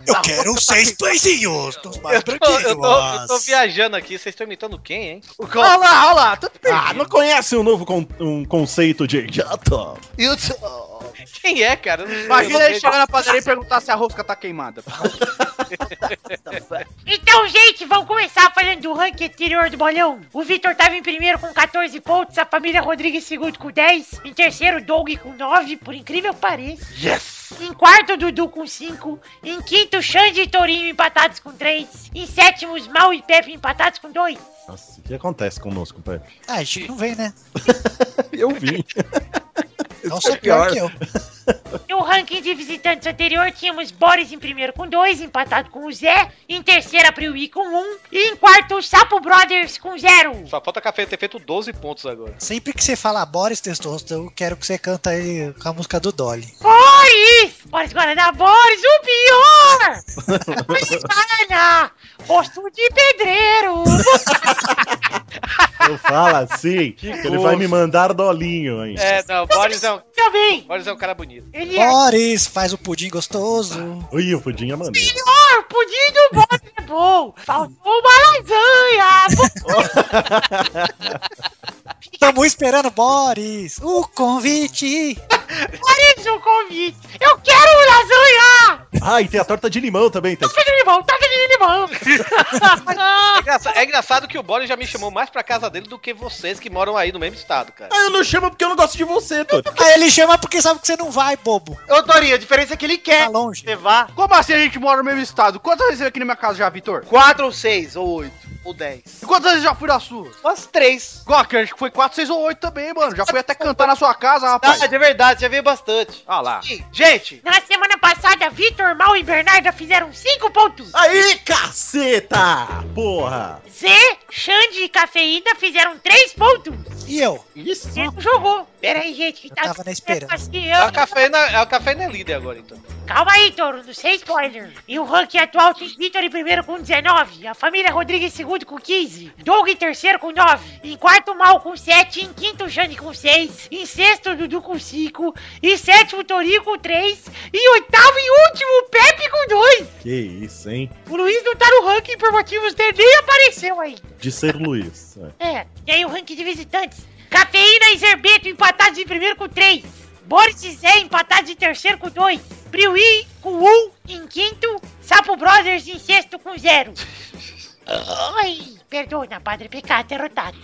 B: Eu quero seis pãezinhos. Tô mais
K: Eu tô, eu, tô, eu tô
B: mas-
K: viajando aqui, vocês estão imitando quem, hein?
C: Olha lá, olha lá! Tudo bem!
D: Ah, não conhece o novo con- um conceito de Jato?
K: Quem é, cara? Eu não- eu
F: Imagina
K: não
F: ele
K: vejo-
F: chegar na padaria e perguntar se a rosca tá queimada.
M: Então, gente, vamos começar falando do ranking anterior do bolão. O Vitor tava em primeiro com 14 pontos, a família Rodrigues em segundo com 10, em terceiro, o Doug com 9, por incrível que pareça.
C: Yes!
M: Em quarto, o Dudu com 5. Em quinto, Xande e Torinho empatados com 3. Em sétimo, os Mal e Pepe empatados com 2.
D: Nossa, o que acontece conosco, Pepe?
B: Ah, a gente não vem, né?
D: Eu vim.
B: Então sou pior que eu.
M: No ranking de visitantes anterior, tínhamos Boris em primeiro com 2, empatado com o Zé. Em terceiro, a Priui com 1. Um, e em quarto, o Sapo Brothers com 0.
K: Só falta a Café ter feito 12 pontos agora.
B: Sempre que você fala Boris Testosterone, eu quero que você canta aí com a música do Dolly.
M: Boris! Boris Guaraná, Boris, o pior! Boris Guaraná, rosto de pedreiro!
D: Eu falo assim, que ele vai me mandar dolinho ainda.
K: É, não, o Boris é um,
M: Também!
K: Boris é um cara bonito.
M: Ele é
B: Boris, faz o pudim gostoso.
D: Ui, o pudim é maneiro.
M: pior, pudim do Boris é bom! Faltou uma lasanha!
B: Tamo esperando Boris. O convite.
M: Boris, o um convite! Eu quero lasanha!
D: Ah, e tem a torta de limão também. Tá?
M: Taca de limão, taca de limão!
K: É engraça- é engraçado, que o Boris já me chamou mais pra casa dele do que vocês que moram aí no mesmo estado, cara.
F: eu não chamo porque eu não gosto de você, Tony.
B: Aí ele chama porque sabe que você não vai, bobo.
A: Ô, Torinho, a diferença é que ele
B: Tá
A: quer
B: longe.
A: levar
F: Como assim a gente mora no mesmo estado? Quantas vezes eu aqui na minha casa já, Vitor?
A: 4 ou 6, ou 8, ou 10.
F: E quantas vezes eu já fui na sua?
A: Umas 3.
F: Igual a Crush, que foi 4, 6 ou 8 também, mano. Já fui até cantar na sua casa, rapaz.
A: Ah, de verdade, já veio bastante.
F: Ah lá.
A: Ih, Gente,
M: Na semana passada, Vitor, Mal e Bernarda fizeram 5 pontos!
D: Aí, caceta! Porra!
M: Zé, Xande e Cafeína fizeram 3 pontos!
B: E eu?
M: Você não jogou! Pera aí, gente, que tá...
B: tava na esperança.
K: A
M: passeando.
K: cafeína, a cafeína é líder agora, então.
M: Calma aí, Toro, não sei spoiler. E o ranking atual tem Vitor em primeiro com 19, a família Rodrigues em segundo com 15, Doug em terceiro com 9, em quarto Mal com 7, em quinto Jane com 6, em sexto Dudu com 5, em sétimo Torinho com 3, e oitavo e último Pepe com 2.
D: Que isso, hein?
M: O Luiz não tá no ranking por motivos que nem apareceu aí.
D: De ser Luiz. [LAUGHS] É.
M: É, e aí o ranking de visitantes. Cafeína e Zerbeto empatados em primeiro com 3. Boris e Zé empatados em terceiro com 2. Briuí com 1 um, em quinto. Sapo Brothers em sexto com 0. Ai, perdona, padre é pecado, derrotado.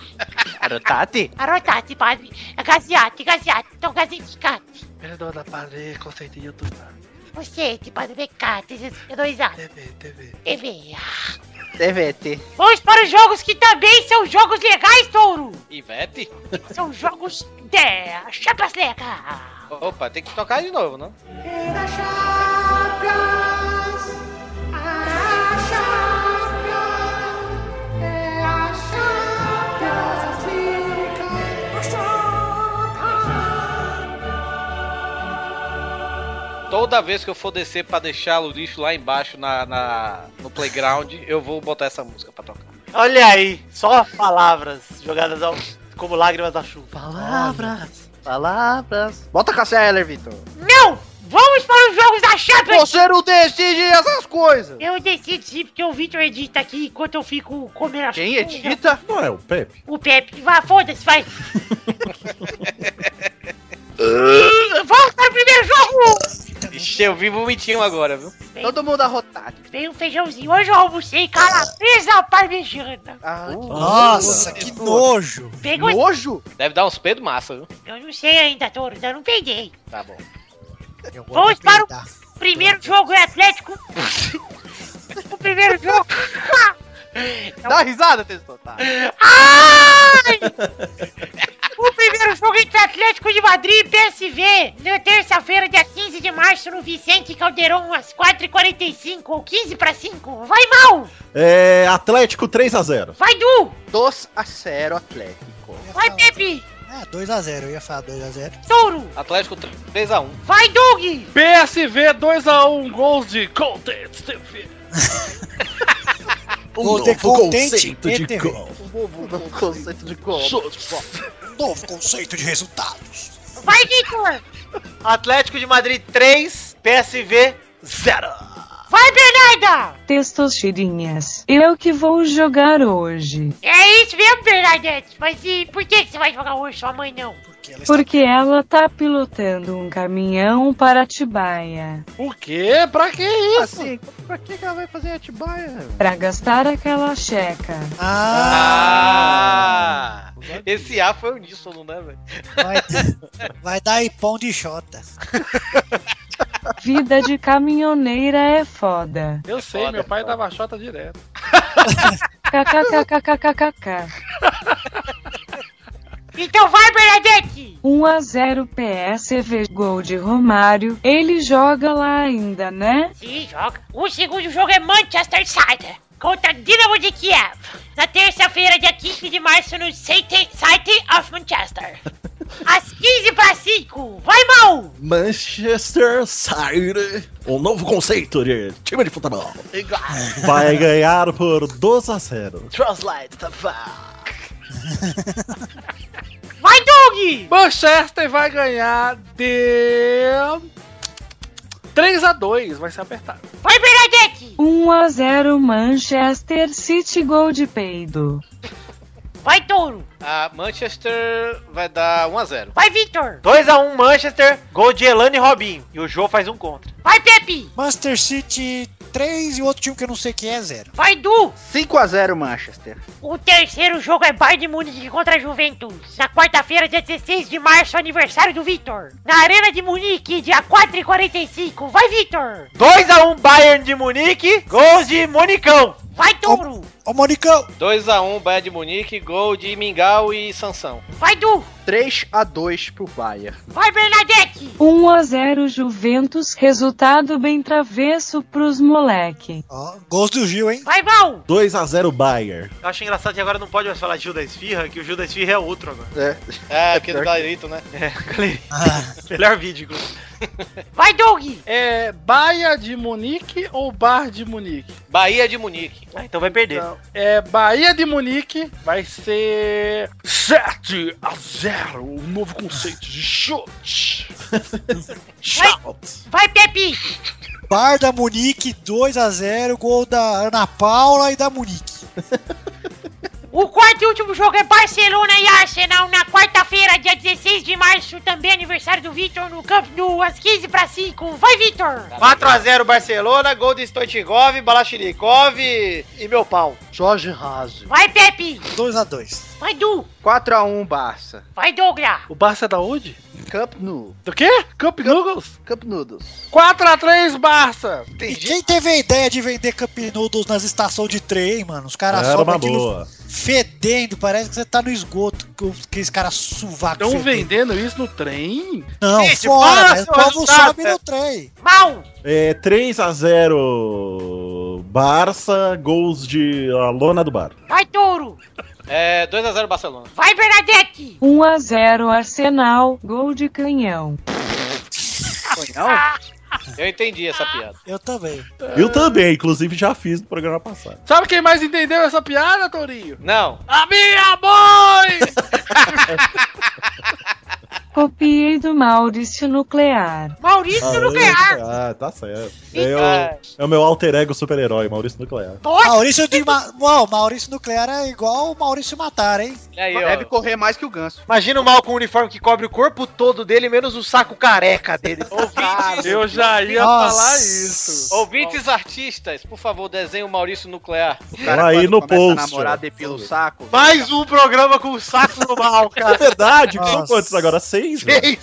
F: Tati.
M: Arrotate, É padre. É Gaseate, gaseate, tão gaseificado.
H: Perdona, padre, conceito de YouTube.
M: Você, de padre é pecado, desesperançado.
H: TV, TV.
M: Teve.
F: TVT.
M: Vamos para os jogos que também são jogos legais, Touro.
K: Ivete?
M: São jogos de chapas legais.
K: Opa, tem que tocar de novo, não? Toda vez que eu for descer pra deixar o lixo lá embaixo na, na- no playground, eu vou botar essa música pra tocar.
A: olha aí, só palavras jogadas ao, como lágrimas da chuva.
F: Palavras. Palavras. Bota a Cassia Heller, Vitor.
M: Não! vamos para os jogos da Champions.
F: Você não decide essas coisas.
M: Eu decido sim, porque o Victor edita aqui enquanto eu fico comendo as
F: Quem
M: coisas.
F: edita?
D: Não é o Pepe.
M: O Pepe. Vá, foda-se,
F: [LAUGHS]
M: vai. Volta no primeiro jogo.
K: Ixi, eu vi vomitinho agora, viu?
F: Todo mundo arrotado.
M: Vem um feijãozinho. Hoje eu almocei calabresa parmegiana.
F: Ah,
K: Uh.
B: Nossa, que nojo.
M: Pegou-
F: Nojo?
K: Deve dar uns pedos massa, viu?
M: Eu não sei ainda, Toro. Eu não peguei.
K: Tá bom.
M: Vamos para o
B: tá.
M: primeiro jogo é
F: [LAUGHS]
M: Atlético. o primeiro jogo.
F: Dá risada, Testor. Tá.
M: Ai! O primeiro jogo entre Atlético de Madrid e PSV, na terça-feira, dia 15 de março, no Vicente Caldeirão, às 4h45, ou 15 para 5. Vai mal!
D: É. Atlético 3x0.
M: Vai, Du!
F: 2 a 0 Atlético.
M: Vai, Pepe!
B: É, 2x0, eu ia falar 2x0.
M: Touro!
K: Atlético 3x1.
M: Vai, Doug!
H: PSV 2x1, gols de Colton Steve.
B: Um Vou ter
C: novo
B: contente
C: conceito de
B: ETV.
C: gol.
F: O um conceito de gol.
B: Novo conceito de resultados.
M: Vai, Victor!
A: Atlético de Madrid 3, PSV 0.
M: Vai, Bernarda!
N: Textos tirinhas. Eu que vou jogar hoje.
M: É isso mesmo, Bernadette. Mas e por que que você vai jogar hoje, sua mãe não?
N: Porque ela tá pilotando um caminhão para Atibaia.
H: O quê? Pra que isso?
F: Assim, pra que que ela vai fazer Atibaia?
N: Pra gastar aquela checa.
K: Ah! Esse A foi uníssono, né, velho?
B: Vai dar ipom de Xota.
N: Vida de caminhoneira é foda.
H: Eu sei, meu pai dava chota direto.
N: KKKKKKK.
M: Então vai, Bernadette!
N: 1 a 0 PSV gol de Romário. Ele joga lá ainda, né?
M: Sim, joga. O segundo jogo é Manchester City contra Dinamo de Kiev. Na terça-feira, dia 15 de março, no City City of Manchester. Às 15 para 5. Vai, mal!
C: Manchester City. Um novo conceito de time de futebol.
D: Vai ganhar por 2x0.
A: Translate, tá fácil.
M: Vai, Doug!
H: Manchester vai ganhar de. 3x2, vai ser apertado.
M: Vai, Bernadette!
N: 1 a 0 Manchester City gol de peido.
M: Vai, Touro!
K: A Manchester vai dar 1x0.
M: Vai, Victor!
A: 2x1 Manchester, gol de Elano e Robinho. E o Jô faz um contra.
M: Vai, Pepe!
B: Manchester City 3 e outro time que eu não sei quem é 0.
M: Vai, Du!
F: 5 a 0 Manchester.
M: O terceiro jogo é Bayern de Munique contra a Juventus. Na quarta-feira, dia 16 de março, aniversário do Victor. Na Arena de Munique, dia 4h45. Vai, Victor!
A: 2x1 Bayern de Munique, gols de Monicão.
M: Vai, Touro!
B: Ô, Monicão!
K: 2x1 Bayern um, de Munique, gol de Mingau e Sansão.
M: Vai, Du!
F: 3 a 2 pro Bayern.
M: Vai, Bernadette!
N: 1 a 0 Juventus, resultado bem travesso pros moleque.
B: Ó, gols do Gil, hein?
M: Vai, Val!
D: 2x0 Bayer.
A: Eu acho engraçado que agora não pode mais falar de Judas Firra, que o Judas Firra é outro [LAUGHS] agora.
K: É, porque do Galerito, né?
A: É, galera. Melhor vídeo, inclusive.
M: Vai, Doug!
H: É Baia de Munique ou Bar de Munique?
K: Bahia de Munique.
A: Ah, então vai perder.
H: Então, é Bahia de Munique, vai ser 7 a 0 o novo conceito de chute.
M: Vai, Pepe!
B: Bar da Munique 2x0, gol da Ana Paula e da Munique.
M: O quarto e último jogo é Barcelona e Arsenal na quarta-feira, dia 16 de março, também aniversário do Victor no Camp Nou, às 15 para 5. Vai, Victor!
A: 4x0 Barcelona, gol de Stoichkov, Balachnikov e e meu pau.
F: Jorge Raso.
M: Vai, Pepe!
B: 2x2.
M: Vai, Du!
F: 4 a 1 Barça.
M: Vai, Douglas!
H: O Barça é da onde?
F: Camp Nu.
H: Do quê? Cup Noodles?
F: Camp Nudos.
H: 4 a 3 Barça.
B: E quem tá teve a ideia de vender Cup Noodles nas estações de trem, hein, mano? Os caras
D: Era
B: sobem
D: uma
B: aquilo
D: boa.
B: fedendo, parece que você tá no esgoto, com aqueles caras suvaco
H: Estão
B: fedendo.
H: vendendo isso no trem?
B: Não,
A: Gente,
B: fora,
A: fala seu
B: velho, o povo
A: resultado,
B: sobe
A: velho.
B: no trem.
M: Mal!
D: É 3x0 Barça, gols de Alona do Bar.
M: Vai, Touro!
K: É, 2x0 Barcelona.
M: Vai, Bernadette!
N: 1 a 0 Arsenal, gol de canhão.
K: Eu entendi essa piada.
B: Eu também.
D: Eu também, inclusive já fiz no programa passado.
H: Sabe quem mais entendeu essa piada, Torinho?
K: Não.
H: A minha mãe!
N: Copiei do Maurício Nuclear.
M: Maurício
D: Ah,
M: Nuclear!
D: Ah, tá certo. É
K: ah,
D: o, é o meu alter ego super-herói, Maurício Nuclear.
B: Maurício de Ma... Uau, Maurício Nuclear é igual o Maurício Matar, hein?
F: Deve correr mais que o ganso.
A: Imagina o mal com o uniforme que cobre o corpo todo dele, menos o saco careca [LAUGHS] dele.
H: Eu já ia
A: Nossa.
H: falar isso.
K: Ouvintes artistas, por favor, desenhe o Maurício Nuclear.
D: Lá aí no post.
F: namorar, depila o saco.
A: Mais um programa com o saco no mal,
D: [LAUGHS] É
A: cara.
D: verdade, que são quantos agora? Seis, velho.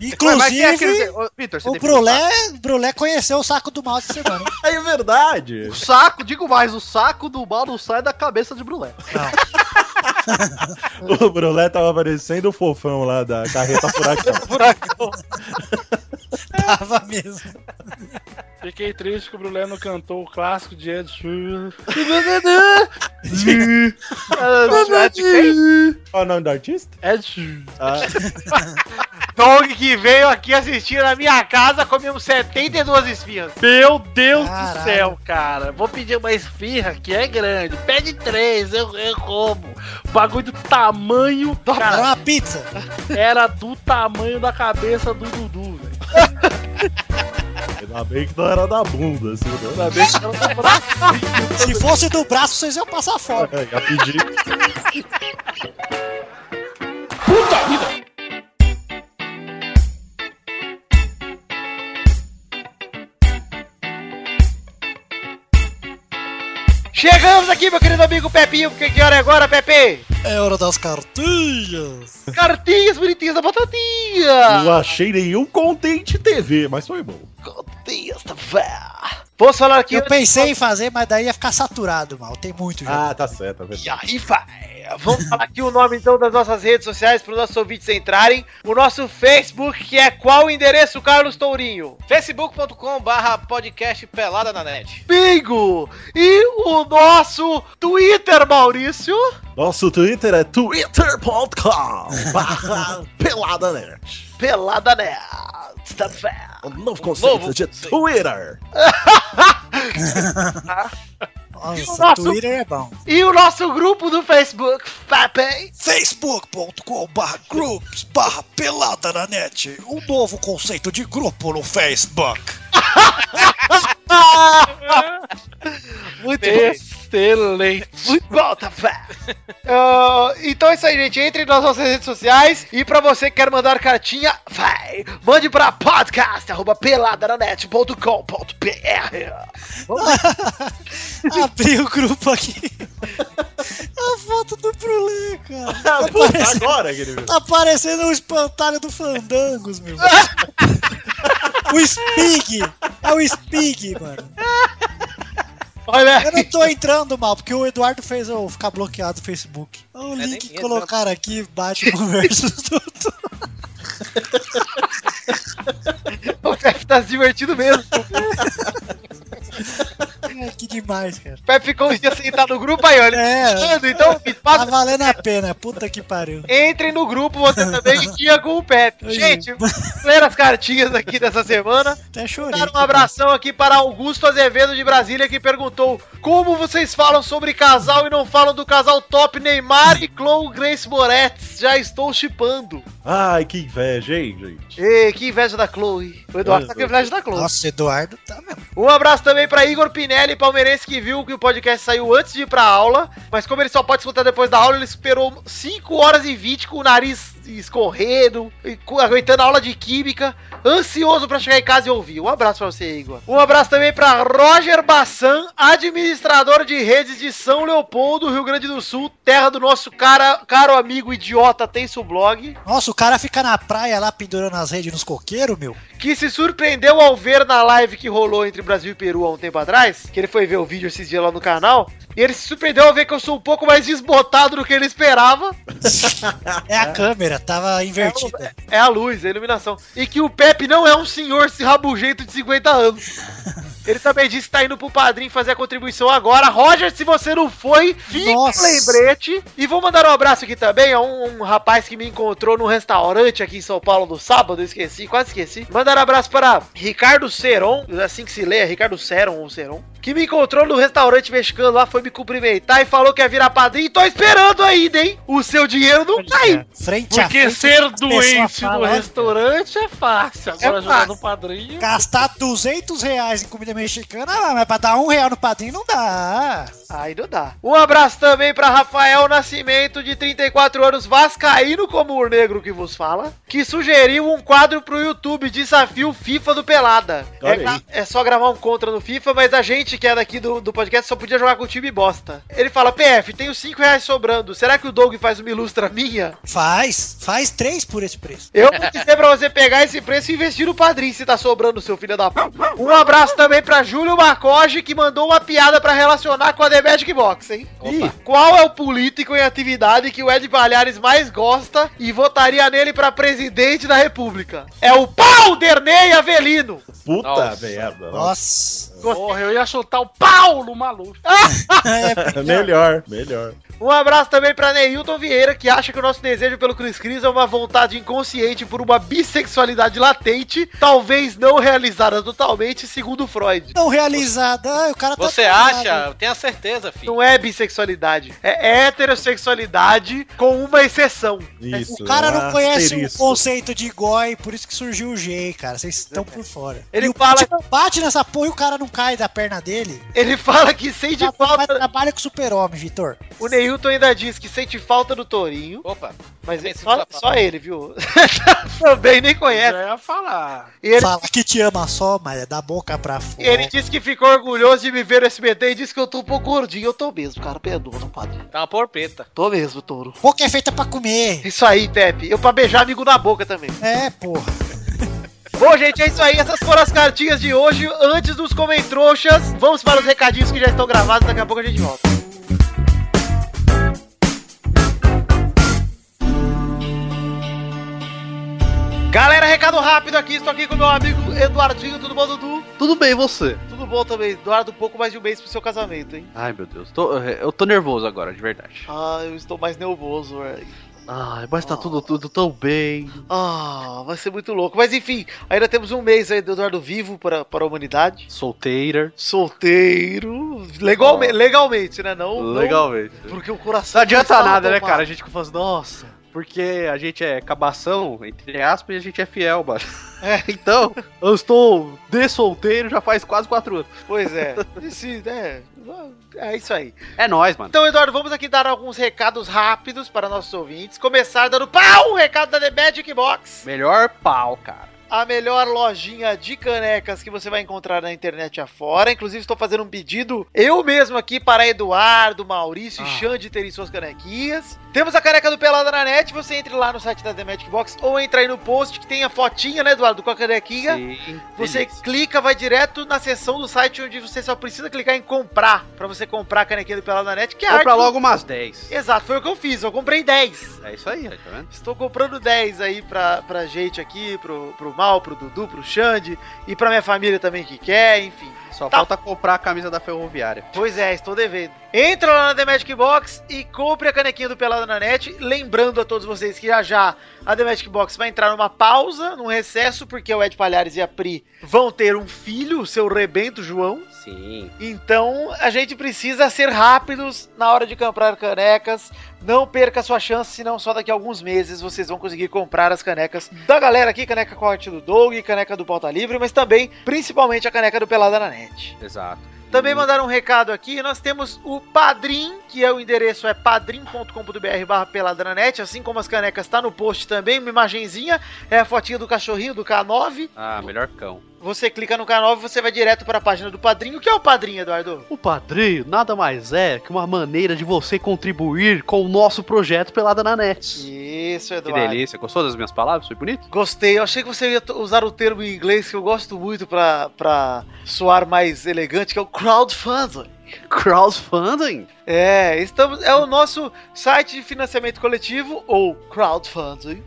F: Ué, mas quem é aquele-
B: Inclusive,
F: Ô, Vitor, você
B: o
F: depila
B: Brulé,
F: saco?
B: Brulé conheceu o saco do mal essa semana.
D: [LAUGHS]
B: hein?
D: É verdade. [LAUGHS]
F: O saco, digo mais, o saco do mal não sai da cabeça de Brulé.
D: O Brulé tava parecendo o fofão lá da carreta furacão. [LAUGHS]
B: Tava mesmo.
H: Fiquei triste que o Brulé não cantou o clássico de Ed Sheeran.
A: é
D: Qual é o nome do artista?
H: Ed Sheeran.
D: Ah,
A: Dog que veio aqui assistir na minha casa, comemos 72 esfirras.
H: Meu Deus
A: Caralho.
H: do céu, cara.
A: Vou pedir uma esfirra que é grande. Pede três, eu, eu como. Bagulho do tamanho.
B: Era
H: Cara,
B: uma pizza.
H: era do tamanho da cabeça do Dudu, velho.
D: ainda bem que não era da bunda, assim. né? [LAUGHS]
H: Ainda bem que ela tava na
B: Se fosse do braço, vocês iam passar fome.
D: É, ia pedir.
A: [LAUGHS] Chegamos aqui, meu querido amigo Pepinho, porque que hora é agora, Pepe?
B: É hora das cartinhas.
A: Cartinhas bonitinhas da batatinha.
D: Não achei nenhum contente TV, mas foi bom.
A: Cartinhas da fé. Posso falar aqui?
B: Eu pensei em fazer, mas daí ia ficar saturado, mal. Tem muito já.
D: Ah, tá certo, é verdade.
A: E aí, vai. Vamos falar aqui o nome então das nossas redes sociais para os nossos ouvintes entrarem. O nosso Facebook, que é qual o endereço, Carlos Tourinho?
K: facebook.com barra podcast pelada na net.
A: Bingo! E o nosso Twitter, Maurício?
D: Nosso Twitter é twitter.com.
C: Barra Pelada Nerd.
A: Pelada Nerd. da fé.
C: Um novo conceito
K: novo
C: de Twitter.
B: Nossa,
A: Nossa.
B: Twitter é bom.
A: E o nosso grupo do Facebook, Pepe.
B: facebook.com groups barra pelada na net um novo conceito de grupo no Facebook
A: Muito bom.
H: Excelente.
A: Muito bom, tá fé. [LAUGHS] Ah, então é isso aí, gente. Entre nas nossas redes sociais. E pra você que quer mandar cartinha, vai. Mande pra podcast.peladaranet.com.br
B: [LAUGHS] abri o grupo aqui a foto do Brulé, cara
D: [LAUGHS]
B: tá,
D: Puta,
B: parecendo,
D: agora, Guilherme.
B: tá parecendo o espantalho do Fandangos, [LAUGHS] meu o Spig é o Spig, mano
A: Olha
B: eu não tô entrando mal, porque o Eduardo fez eu ficar bloqueado no Facebook. O
K: nem
B: link que
K: entra.
B: colocaram aqui bate com o [LAUGHS] versus do
A: [LAUGHS] O Pepe tá se divertindo mesmo.
B: É, que demais, cara.
A: O Pepe ficou um dia sentado no grupo aí, olha.
B: É.
H: um
A: Mano, Então, me
B: Tá
A: passa-
B: valendo a pena, puta que pariu.
A: entrem no grupo você também que tinha com o Pepe.
B: Pois é.
A: Gente, vamos ler as cartinhas aqui dessa semana.
B: Até chorei.
A: Dar um abração aqui para Augusto Azevedo de Brasília que perguntou: Como vocês falam sobre casal e não falam do casal top Neymar e Chloe Grace Moretz? Já estou chipando.
D: Ai, que inveja, hein, gente.
A: Ei, que inveja da Chloe. O Eduardo tá com inveja da Chloe.
B: Nossa, Eduardo tá mesmo.
A: Um abraço também pra Igor Pinelli, palmeirense, que viu que o podcast saiu antes de ir pra aula, mas como ele só pode escutar depois da aula, ele esperou 5 horas e 20 com o nariz escorrendo, e cu- aguentando a aula de química, ansioso pra chegar em casa e ouvir. Um abraço pra você, Igor. Um abraço também pra Roger Bassan, administrador de redes de São Leopoldo, Rio Grande do Sul, terra do nosso cara, caro amigo idiota Tenso Blog.
B: Nossa, o cara fica na praia lá pendurando as redes nos coqueiros, meu.
A: que se surpreendeu ao ver na live que rolou entre Brasil e Peru há um tempo atrás, que ele foi ver o vídeo esses dias lá no canal, e ele se surpreendeu ao ver que eu sou um pouco mais desbotado do que ele esperava.
B: É a câmera, tava invertida.
A: É a luz, a iluminação. E que o Pepe não é um senhor se rabugento de 50 anos. Ele também disse que tá indo pro padrinho fazer a contribuição agora. Roger, se você não foi, fica
B: Nossa.
A: o lembrete. E vou mandar um abraço aqui também a um, um rapaz que me encontrou num restaurante aqui em São Paulo no sábado. Eu esqueci, quase esqueci. Mandar um abraço para Ricardo Seron, assim que se lê, é Ricardo Seron ou Seron. Que me encontrou no restaurante mexicano lá, foi me cumprimentar e falou que ia virar padrinho. Tô esperando ainda, hein? O seu dinheiro não tá aí.
B: Frente a
H: Porque
B: frente,
H: ser
B: as pessoas
H: doente no
B: falam,
H: restaurante é fácil. Agora
B: É
H: jogar
B: fácil.
H: no padrinho.
B: Gastar 200 reais em comida mexicana, ah, mas pra dar um real no padrinho não dá.
A: Aí não dá. Um abraço também para Rafael Nascimento, de 34 anos, vascaíno como o negro que vos fala, que sugeriu um quadro pro YouTube, Desafio FIFA do Pelada.
D: Olha
A: É,
D: aí.
A: gra- é só gravar um contra no FIFA, mas a gente que é daqui do, do podcast só podia jogar com o time bosta. Ele fala, PF, tenho 5 reais sobrando, será que o Doug faz uma ilustra minha?
B: Faz, faz três por esse preço.
A: Eu vou dizer pra você pegar esse preço e investir no padrinho se tá sobrando, seu filho da p. Um abraço também pra Júlio Macoge, que mandou uma piada pra relacionar com a The Magic Box, hein? Ih, Qual é o político em atividade que o Ed Palhares mais gosta e votaria nele pra presidente da república? É o pau Dernei Avelino!
D: Puta merda.
B: Nossa.
H: Porra, eu ia chutar o Paulo Maluf.
B: é
D: [LAUGHS] melhor, melhor.
A: Um abraço também pra Neilton Vieira, que acha que o nosso desejo pelo Chris Cris é uma vontade inconsciente por uma bissexualidade latente, talvez não realizada totalmente, segundo Freud.
B: Não realizada, ah, o cara tá.
K: Você
B: atrasado.
K: acha? Eu tenho a certeza, filho.
A: Não é bissexualidade, é heterossexualidade com uma exceção.
D: Isso.
B: O cara não
D: um
B: conhece o
D: asterisco.
B: conceito de goi, por isso que surgiu o G, cara. Vocês estão por fora.
A: Ele
B: E o
A: fala-
B: Batman bate nessa porra e o cara não cai da perna dele.
A: Ele fala que sente
B: Já vai-
A: falta.
B: trabalha com super-homem, Vitor.
A: O Neilton ainda diz que sente falta do Torinho,
K: Opa,
A: mas
K: também
A: só,
K: sinto
A: só
K: falta.
A: ele, viu? [LAUGHS] Também nem
H: Eu
A: conhece.
H: já ia falar.
A: E ele,
B: Fala que te ama só, mas é da boca pra fora.
A: ele disse que ficou orgulhoso de me ver no SBT e disse que eu tô um pouco gordinho. Eu tô mesmo, cara. Perdoa, não pode.
K: Tá uma porpeta.
A: Tô mesmo, touro.
B: Boca é feita pra comer.
A: Isso aí, Pepe. Eu pra beijar amigo na boca também.
B: É, porra.
A: Bom, gente, é isso aí. Essas foram as cartinhas de hoje. Antes dos comentroxas, vamos para os recadinhos que já estão gravados. Daqui a pouco a gente volta. Galera, recado rápido aqui. Estou aqui com meu amigo Eduardinho. Tudo bom, Dudu?
F: Tudo bem, e você?
A: Tudo bom também, Eduardo. Pouco mais de um mês pro seu casamento, hein?
F: Ai, meu Deus. tô- eh, eu tô nervoso agora, de verdade.
A: Ah, eu estou mais nervoso, é. velho.
F: Ai, mas tá tudo, tudo tão bem.
A: Ah, vai ser muito louco. Mas enfim, ainda temos um mês aí do Eduardo vivo para, para a humanidade.
F: Solteira.
A: Solteiro. Legalme,
F: Ah.
A: Legalmente, né? Não, não-
F: Legalmente.
A: porque o coração.
F: Não adianta
A: começava a
F: nada, né,
A: tomar.
F: cara? A gente fica falando, nossa, porque a gente é cabação, entre aspas, e a gente é fiel, [LAUGHS] mano.
A: É.
F: Então, eu estou de solteiro já faz quase quatro anos.
A: Pois é. Esse, né, É isso aí.
F: É nóis, mano.
A: Então, Eduardo, vamos aqui dar alguns recados rápidos para nossos ouvintes. Começar dando pau! Um recado da The Magic Box.
F: Melhor pau, cara.
A: a melhor lojinha de canecas que você vai encontrar na internet afora. Inclusive, estou fazendo um pedido eu mesmo aqui para Eduardo, Maurício e Xande terem suas canequinhas. Temos a caneca do Pelada na net. Você entre lá no site da The Magic Box ou entra aí no post que tem a fotinha, né, Eduardo, com a canequinha.
F: Sim,
A: Você
F: delícia.
A: clica, vai direto na seção do site onde você só precisa clicar em comprar para você comprar a canequinha do Pelada na net, que é a
F: Compra
A: arte-
F: logo umas 10.
A: Exato, foi o que eu fiz. Eu comprei 10.
F: É isso aí, tá vendo?
A: Estou comprando 10 aí pra, pra gente aqui, pro, pro Mal, pro Dudu, pro Xande e pra minha família também que quer, enfim.
F: Só
A: Tá.
F: falta comprar a camisa da ferroviária.
A: Pois é, estou devendo. Entra lá na The Magic Box e compre a canequinha do Pelada na Net. Lembrando a todos vocês que já já a The Magic Box vai entrar numa pausa, num recesso, porque o Ed Palhares e a Pri vão ter um filho, o seu rebento João.
F: Sim.
A: Então a gente precisa ser rápidos na hora de comprar canecas. Não perca a sua chance, senão só daqui a alguns meses vocês vão conseguir comprar as canecas da galera aqui, caneca corte do Doug, caneca do Pauta Livre, mas também, principalmente, a caneca do Pelada na Net.
F: Exato.
A: Também mandaram um recado aqui, nós temos o Padrim, que é o endereço é padrim.com.br barra peladranet, assim como as canecas, tá no post também, uma imagenzinha, é a fotinha do cachorrinho, do K9,
F: Ah, melhor cão.
A: você clica no K9 e você vai direto para a página do Padrim, o que é o Padrim, Eduardo?
F: O padrinho nada mais é que uma maneira de você contribuir com o nosso projeto Pelada na Net.
A: Isso,
F: Que
A: Eduardo.
F: delícia. Gostou das minhas palavras? Foi bonito?
A: Gostei, eu achei que você ia t- usar o termo em inglês que eu gosto muito pra, pra soar mais elegante, que é o crowdfunding.
F: Crowdfunding?
A: É, estamos, é o nosso site de financiamento coletivo, ou crowdfunding,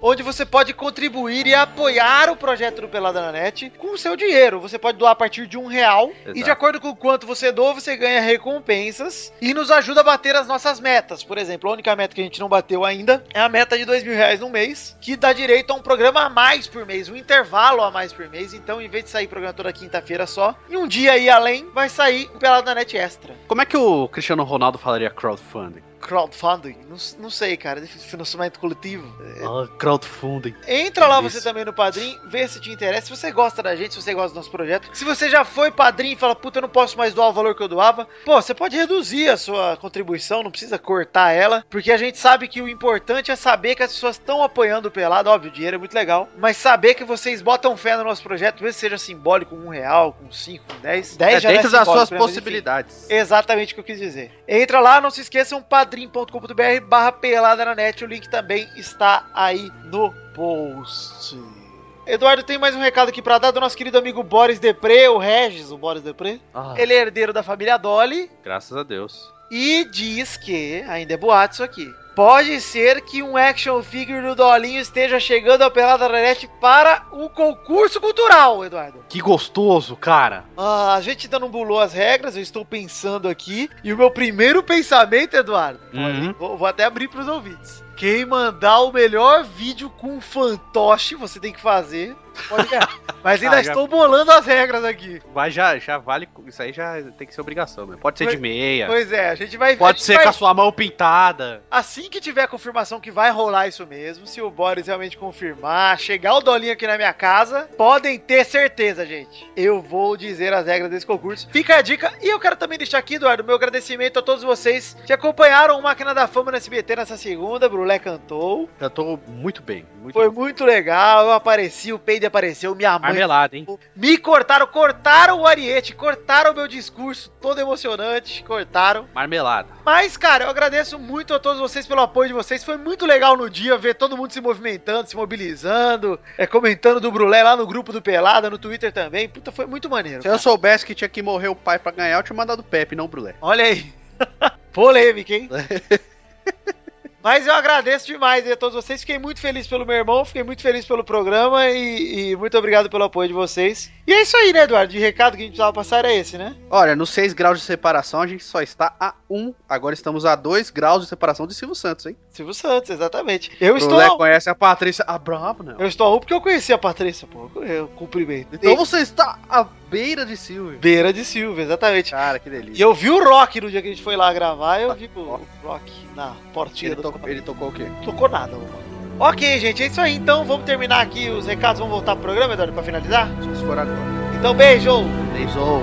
A: onde você pode contribuir e apoiar o projeto do Pelada na Net com o seu dinheiro. Você pode doar a partir de um real, e de
F: Exato.
A: acordo com o quanto você doa, você ganha recompensas e nos ajuda a bater as nossas metas. Por exemplo, a única meta que a gente não bateu ainda é a meta de dois mil reais no mês, que dá direito a um programa a mais por mês, um intervalo a mais por mês. Então, em vez de sair programa toda quinta-feira só, em um dia aí além, vai sair o Pelada na Net Extra.
F: Como é que o Cristiano Ronaldo falaria crowdfunding?
A: Crowdfunding? Não, não sei, cara. é Financiamento coletivo. É,
F: Ah, crowdfunding.
A: Entra lá
F: Isso.
A: você também no Padrim, vê se te interessa. Se você gosta da gente, se você gosta do nosso projeto. Se você já foi padrinho e fala, puta, eu não posso mais doar o valor que eu doava. Pô, você pode reduzir a sua contribuição, não precisa cortar ela. Porque a gente sabe que o importante é saber que as pessoas estão apoiando o Pelado. Óbvio, o dinheiro é muito legal. Mas saber que vocês botam fé no nosso projeto, mesmo que seja simbólico, com um real, com cinco, com dez. Dez
F: É
A: já não
F: dentro das
A: simbólico,
F: suas
A: né? Mas, enfim.
F: possibilidades.
A: Exatamente o que eu quis dizer. Entra lá, não se um esqueçam, padrim.com.br barra pelada na net, o link também está aí no post. Eduardo, tem mais um recado aqui pra dar do nosso querido amigo Boris Depré, o Regis, o Boris Depré.
F: Ah.
A: Ele é herdeiro da família Dolly
F: Graças a Deus.
A: e diz que, ainda é boato isso aqui, pode ser que um action figure do Dolinho esteja chegando ao Pelada na Net para o concurso cultural, Eduardo.
F: Que gostoso, cara.
A: Ah, a gente ainda não bulou as regras, eu estou pensando aqui. E o meu primeiro pensamento, Eduardo,
F: Uhum.
A: vou, vou até abrir para os ouvintes. Quem mandar o melhor vídeo com fantoche, você tem que fazer. Pode
F: [LAUGHS]
A: ganhar. Mas ainda
F: Ah, já-
A: estou bolando as regras aqui.
F: Vai, já, já vale. Isso aí já tem que ser obrigação, mesmo. Pode ser de
A: Pois-
F: meia.
A: Pois é, a gente vai a
F: Pode
A: gente
F: ser
A: vai-
F: com a sua mão pintada.
A: Assim que tiver a confirmação que vai rolar isso mesmo, se o Boris realmente confirmar, chegar o Dolinho aqui na minha casa, podem ter certeza, gente. Eu vou dizer as regras desse concurso. Fica a dica. E eu quero também deixar aqui, Eduardo, meu agradecimento a todos vocês que acompanharam o Máquina da Fama no SBT nessa segunda. Brulé cantou.
F: Já tô muito bem. Muito
A: Foi muito legal. Eu apareci, o Peide apareceu, minha mãe.
F: marmelada, hein?
A: Me cortaram, cortaram o Ariete, cortaram o meu discurso, todo emocionante, cortaram.
F: Marmelada.
A: Mas, cara, eu agradeço muito a todos vocês pelo apoio de vocês. Foi muito legal no dia ver todo mundo se movimentando, se mobilizando, é, comentando do Brulé lá no grupo do Pelada, no Twitter também. Puta, foi muito maneiro.
F: Se eu soubesse que tinha que morrer o pai pra ganhar, eu tinha mandado o Pepe, não o Brulé.
A: Olha aí. [LAUGHS] Polêmica, hein? Mas eu agradeço demais aí a todos vocês. Fiquei muito feliz pelo meu irmão, fiquei muito feliz pelo programa e, e muito obrigado pelo apoio de vocês. E é isso aí, né, Eduardo? De recado que a gente precisava passar era esse, né?
F: Olha, nos 6 graus de separação a gente só está a 1. Agora estamos a 2 graus de separação de Silvio Santos, hein?
A: Silvio Santos, exatamente. Eu
F: O
A: estou.
F: Lé conhece a Patrícia Abramo, não.
A: Eu estou a um porque eu conheci a Patrícia, pô. Eu cumprimento.
F: Então você está à beira de Silvio.
A: Beira de Silva, exatamente.
F: Cara, que delícia.
A: E eu vi o Rock no dia que a gente foi lá gravar, eu vi o Rock na portinha
F: Ele,
A: do
F: tocou, ele tocou o quê?
A: Tocou nada, mano. Ok, gente, é isso aí. Então vamos terminar aqui os recados, vamos voltar pro programa, Eduardo, pra finalizar?
F: Se for agora.
A: Então beijo!
F: Beijou.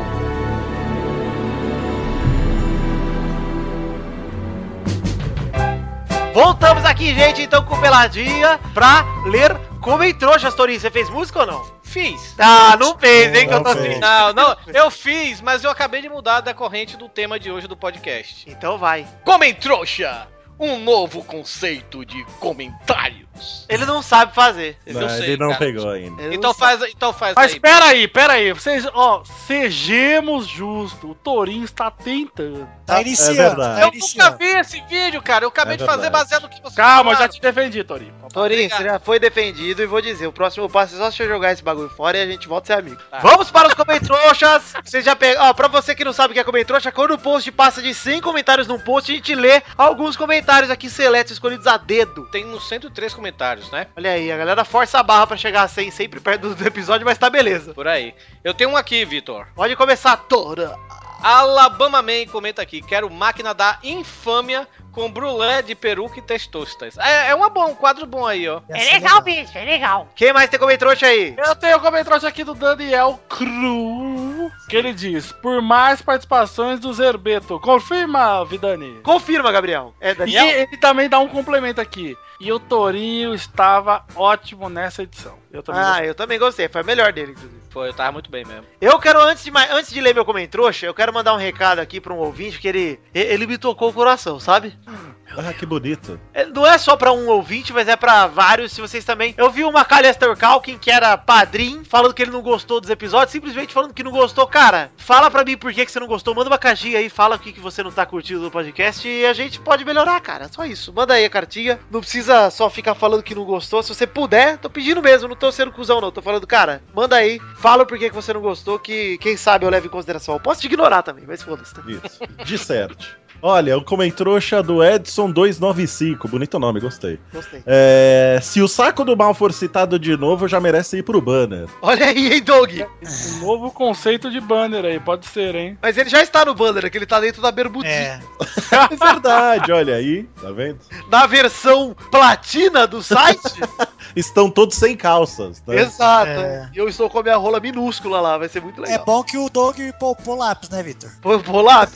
A: Voltamos aqui, gente, então com o Peladinha pra ler como entrou, Jastorinho. Você fez música ou não?
K: Fiz.
A: Ah, não fez, hein, que
K: Não,
A: eu tô assim.
K: não, não, eu fiz, mas eu acabei de mudar da corrente do tema de hoje do podcast.
A: Então vai.
K: Comem trouxa! Um novo conceito de comentários.
A: Ele não sabe fazer.
D: Não, ele não pegou ainda.
K: Então faz, então faz
H: Mas
K: aí.
H: peraí, peraí. Vocês, ó, sejamos justos. O Torinho está tentando.
B: Tá iniciando, É verdade. tá
H: Eu
K: Nunca vi esse vídeo, cara. Eu acabei
H: É
K: de fazer
H: verdade.
K: baseado no que você
H: Calma, eu
K: falaram.
H: já te defendi, Torinho.
A: Torinho, você já foi defendido e vou dizer, o próximo passo é só você jogar esse bagulho fora e a gente volta a ser amigo. Vamos para os comentroxas! Você já pega... Ó, pra você que não sabe o que é comentroxa, quando o post passa de 100 comentários num post, a gente lê alguns comentários aqui seletos, escolhidos a dedo.
K: Tem uns 103 comentários, né?
A: Olha aí, a galera força a barra pra chegar a 100 sempre perto do episódio, mas tá beleza.
K: Por aí. Eu tenho um aqui, Vitor.
A: Pode começar, Tora.
K: Alabama Man comenta aqui: quero máquina da infâmia com brulé de peruca e testostas. É, é uma boa, um quadro bom aí, ó.
M: É legal, bicho, é legal.
A: Quem mais tem comentrouxa aí?
H: Eu tenho um comentário aqui do Daniel Cru, que ele diz, por mais participações do Zerbeto. Confirma, Vidani.
A: Confirma, Gabriel. É, Daniel?
H: E ele também dá um complemento aqui. E o Torinho estava ótimo nessa edição. Eu também
A: ah,
H: gostei.
A: eu também Ah, gostei. Foi a melhor dele, inclusive.
K: Foi, eu tava muito bem mesmo.
A: Eu quero, antes de, mais- antes de ler meu comentário, trouxa, eu quero mandar um recado aqui pra um ouvinte que ele, e- ele me tocou o coração, sabe?
D: Ah, que bonito.
A: É, Não é só pra um ouvinte, mas é pra vários, se vocês também. Eu vi uma Calester Calkin, que era padrinho, falando que ele não gostou dos episódios, simplesmente falando que não gostou. Cara, fala pra mim por que, que você não gostou, manda uma caixinha aí, fala o que, que você não tá curtindo do podcast e a gente pode melhorar, cara. Só isso. Manda aí a cartinha. Não precisa só ficar falando que não gostou. Se você puder, tô pedindo mesmo, não tô sendo cuzão, não. Tô falando, cara, manda aí, fala por que, que você não gostou, que quem sabe eu levo em consideração. Eu posso te ignorar também, mas foda-se. tá?
D: Isso. De certo. Olha, o comentrouxa do Edson295. Bonito nome, gostei.
A: Gostei.
D: É, se o saco do mal for citado de novo, já merece ir pro banner.
A: Olha aí, hein, Doug?
H: Um novo conceito de banner aí, pode ser, hein?
A: Mas ele já está no banner, é que ele tá dentro da bermudinha.
D: É verdade, olha aí, tá vendo?
A: Na versão platina do [LAUGHS] site?
D: Estão todos sem calças, né?
A: Exato. é. Eu estou com a minha rola minúscula lá, vai ser muito
B: É
A: legal.
B: bom que o Doug poupou lápis, né, Vitor?
A: Poupou lápis?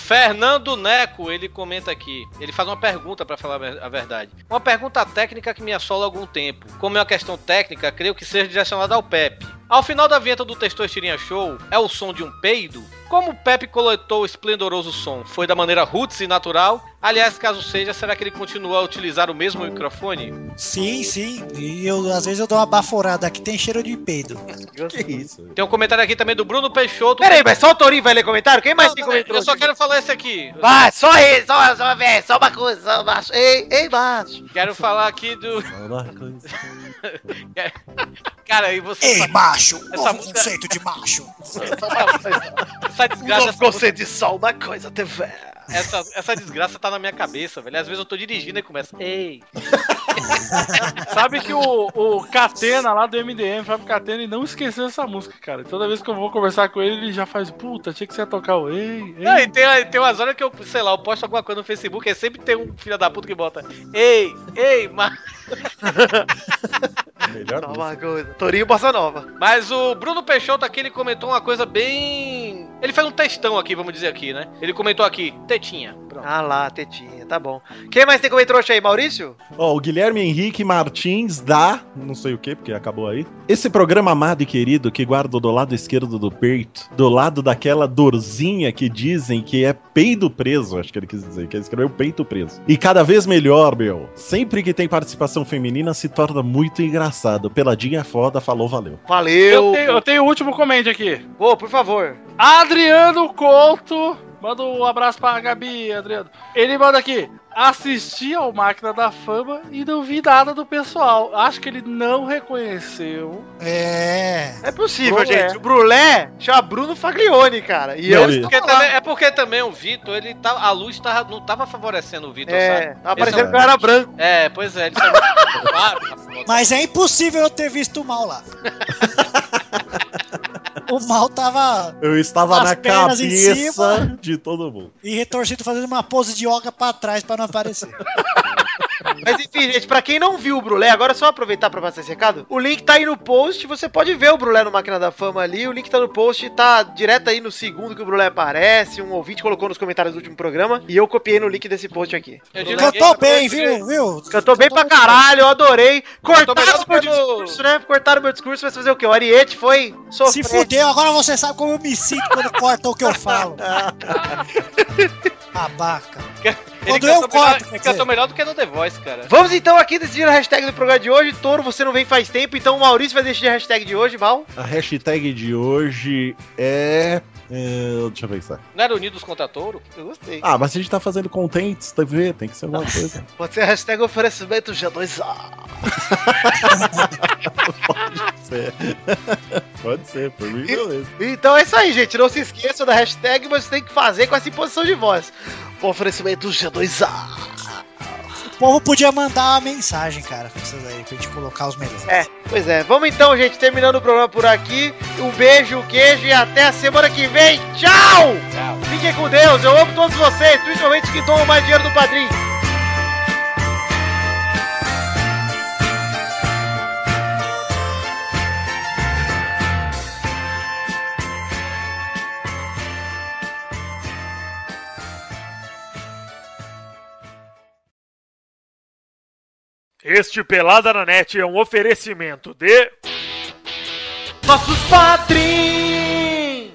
K: Fernando Neco, ele comenta aqui. Ele faz uma pergunta pra falar a verdade. Uma pergunta técnica que me assola há algum tempo. Como é uma questão técnica, creio que seja direcionada ao Pepe. Ao final da vinheta do Textor Estirinha Show, é o som de um peido? Como o Pepe coletou o esplendoroso som? Foi da maneira roots e natural? Aliás, caso seja, será que ele continua a utilizar o mesmo microfone?
B: Sim, sim. E eu, às vezes eu dou uma baforada aqui, tem cheiro de peido.
D: Que isso?
K: Tem um comentário aqui também do Bruno Peixoto.
A: [LAUGHS] Peraí, mas só o Torinho vai ler comentário? Quem mais tem comentário?
K: Eu só quero falar esse aqui.
A: Vai, só ele, só, só, velho, só uma coisa, só baixo. Ei, ei, baixo.
K: Quero falar aqui do. Cara, e você.
B: Ei, macho!
K: Essa
B: Novo
K: música-
B: conceito de macho!
K: Essa desgraça.
A: Não gostei de só uma coisa, TV.
K: Essa, essa desgraça tá na minha cabeça, velho. Às vezes eu tô dirigindo e começa. Ei!
H: Sabe que o, o Catena lá do MDM, Fábio Catena, ele não esqueceu essa música, cara. Toda vez que eu vou conversar com ele, ele já faz, puta, tinha que você tocar o Ei,
K: Não, e
H: ei.
K: tem, tem umas horas que eu, sei lá, eu posto alguma coisa no Facebook e sempre tem um filho da puta que bota. Ei, ei, mas.
D: Melhor
A: Só uma coisa. Torinho Bossa Nova.
K: Mas o Bruno Peixoto aqui, ele comentou uma coisa bem. Ele fez um textão aqui, vamos dizer aqui, né? Ele comentou aqui, tetinha.
A: Ah lá, tetinha, tá bom. Quem mais tem comentário aí, Maurício?
D: Ó, o Guilherme Henrique Martins dá, não sei o que, porque acabou aí. Esse programa amado e querido que guardo do lado esquerdo do peito, do lado daquela dorzinha que dizem que é peido preso, acho que ele quis dizer, que ele escreveu peito preso. E cada vez melhor, meu. Sempre que tem participação feminina se torna muito engraçado. Peladinha é foda, falou, valeu.
A: Valeu.
H: Eu tenho, eu tenho o último comente aqui.
A: Pô, por favor.
H: Adriano Couto. Manda um abraço pra Gabi, Adriano. Ele manda aqui. Assisti ao Máquina da Fama e não vi nada do pessoal. Acho que ele não reconheceu.
B: É.
A: É possível,
H: Brulé.
A: gente. O Brulé chama Bruno Faglione, cara. E tá
D: Não,
A: eu
D: ele-
A: estou
K: Porque
A: lá.
K: também- é porque também o Vitor, ele tá, a luz tava, não tava favorecendo o Vitor,
A: É,
K: sabe?
A: tá
K: Esse
A: parecendo
K: um-
A: que eu era branco.
K: É, pois é, ele tá muito claro, tá foda.
B: Mas é impossível eu ter visto o mal lá. [LAUGHS] o mal tava
D: Eu estava
B: As
D: na
B: pernas em
D: cabeça
B: cima.
D: de todo mundo.
B: e retorcido fazendo uma pose de yoga pra trás pra não aparecer.
A: Mas enfim, gente, pra quem não viu o Brulé, agora é só aproveitar pra passar esse recado. O link tá aí no post, você pode ver o Brulé no Máquina da Fama ali. O link tá no post, tá direto aí no segundo que o Brulé aparece. Um ouvinte colocou nos comentários do último programa e eu copiei no link desse post aqui.
K: Eu digo
B: Cantou
K: ninguém-
B: bem,
K: eu
B: viu? viu?
A: Cantou bem pra caralho, eu adorei.
K: melhor
A: Cortaram
K: do que
A: meu
K: a do-
A: discurso, né? Cortaram meu discurso, mas fazer o quê? O Ariete foi
B: Se
A: sofrer.
B: fudeu, agora você sabe como eu me sinto quando cortam o que
K: [LAUGHS]
B: eu falo. Babaca.
K: Ele
B: Quando eu
K: cantou
B: corto,
K: melhor,
B: quer
K: cantou
B: dizer.
K: melhor do que no The Voice, cara.
A: Vamos então aqui decidir a hashtag do programa de hoje. Toro, você não vem faz tempo, então o Maurício vai decidir a hashtag de hoje, Mal.
D: A hashtag de hoje é. é, Deixa eu pensar.
K: Não era Unidos contra Touro?
A: Eu gostei.
D: Ah, mas a gente tá fazendo contentes, TV, tem que ser alguma coisa.
A: Pode ser a hashtag oferecimento G2A.
D: Pode ser. é. [LAUGHS] Pode ser, por mim, beleza.
A: Então é isso aí, gente. Não se esqueçam da hashtag, mas tem que fazer com essa imposição de voz. O oferecimento G2A.
B: O povo podia mandar uma mensagem, cara, pra vocês aí, pra gente colocar os melhores.
A: É, pois é. Vamos então, gente, terminando o programa por aqui. Um beijo, um queijo e até a semana que vem. Tchau!
K: Tchau.
A: Fiquem com Deus. Eu amo todos vocês, principalmente que tomam mais dinheiro do padrinho.
O: Este Pelada na Net é um oferecimento de
P: nossos padrinhos.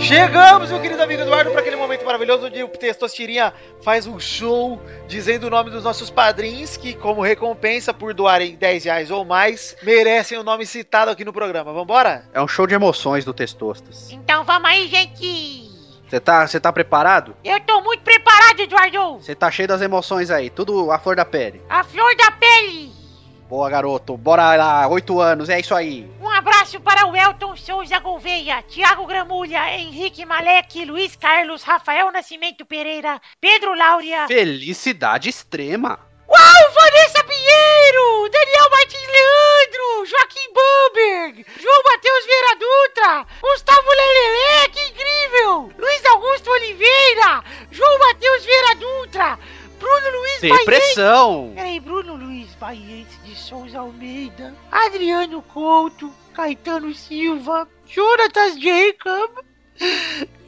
A: Chegamos, meu querido amigo Eduardo, para aquele momento maravilhoso onde o Testosterinha faz um show dizendo o nome dos nossos padrinhos que, como recompensa por doarem 10 reais ou mais, merecem o nome citado aqui no programa. Vambora?
F: É um show de emoções do Testostas.
M: Então vamos aí, gente.
F: Você tá, você tá preparado?
M: Eu tô muito preparado, Eduardo.
F: Você tá cheio das emoções aí, tudo à flor da pele.
M: A flor da pele.
F: Boa, garoto. Bora lá, oito anos, é isso aí.
M: Um abraço para o Elton Souza Gouveia, Tiago Gramulha, Henrique Malek, Luiz Carlos, Rafael Nascimento Pereira, Pedro Laura.
F: Felicidade extrema.
M: Uau, Vanessa Pinheiro, Daniel Martins Leandro, Joaquim Bamberg, João Matheus Vieira Dutra, Gustavo Lelele, que incrível! Luiz Augusto Oliveira, João Matheus Vieira Dutra, Bruno Luiz
F: Depressão.
M: Baiense- Peraí, Bruno Luiz Baiense de Souza Almeida, Adriano Couto, Caetano Silva, Jonatas Jacob,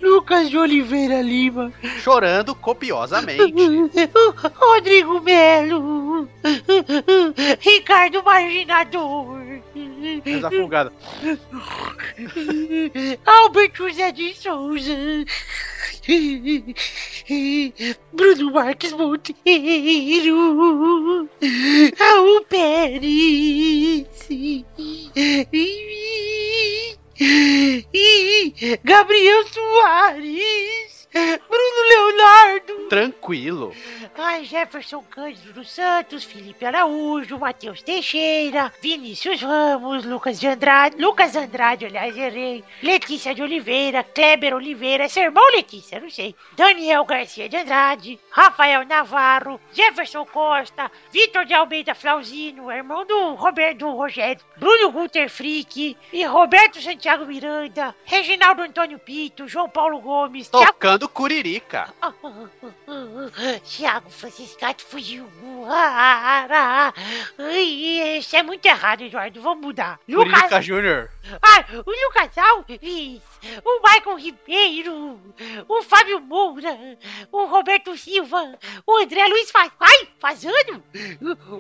M: Lucas de Oliveira Lima,
F: Chorando copiosamente. [LAUGHS]
M: Rodrigo Melo, Ricardo Marginador,
F: Essa fungada.
M: Albert José de Souza, Bruno Marques Monteiro, Raul Pérez, Gabriel Soares, Bruno Leonardo.
F: Tranquilo.
M: Ai, Jefferson Cândido dos Santos, Felipe Araújo, Matheus Teixeira, Vinícius Ramos, Lucas de Andrade, Lucas Andrade, aliás, errei, Letícia de Oliveira, Kleber Oliveira, é seu irmão Letícia, não sei, Daniel Garcia de Andrade, Rafael Navarro, Jefferson Costa, Vitor de Almeida Flauzino, irmão do Roberto do Rogério, Bruno Guter Frick e Roberto Santiago Miranda, Reginaldo Antônio Pinto, João Paulo Gomes, Thiago
F: Tocando curirica.
M: [LAUGHS] Tiago Franciscato fugiu. Ah, ah, ah, ah. Ai, Isso é muito errado, Eduardo. Vamos mudar.
F: Curirica Júnior.
M: Ah, o Lucas Alves, o Michael Ribeiro, o Fábio Moura, o Roberto Silva, o André Luiz Fa... Ai, Fazano,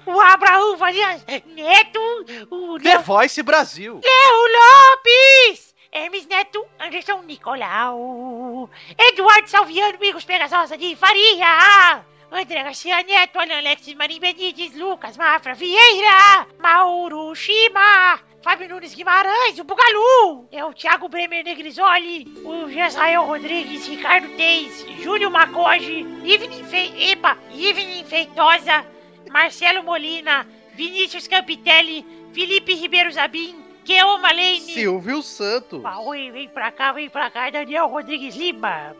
M: o Abraão Valias Neto,
A: [LAUGHS]
M: o
F: The
M: Léo
F: Voice Brasil.
M: Léo Lopes, Hermes Neto, Anderson Nicolau, Eduardo Salviano, Migos Pegasosa de Faria, André Garcia Neto, Alan Alexis Marim Benítez, Lucas Mafra Vieira, Mauro Shima, Fábio Nunes Guimarães, o Bugalu, é o Thiago Bremer Negrisoli, o Jezrael Rodrigues, Ricardo Teis, Júlio Macoge, Evelyn, Fe... Epa, Evelyn Feitosa, Marcelo Molina, Vinícius Campitelli, Felipe Ribeiro Zabim, Keoma Lane,
F: Silvio Santos.
M: Opa, oi, vem pra cá, vem pra cá, Daniel Rodrigues Lima.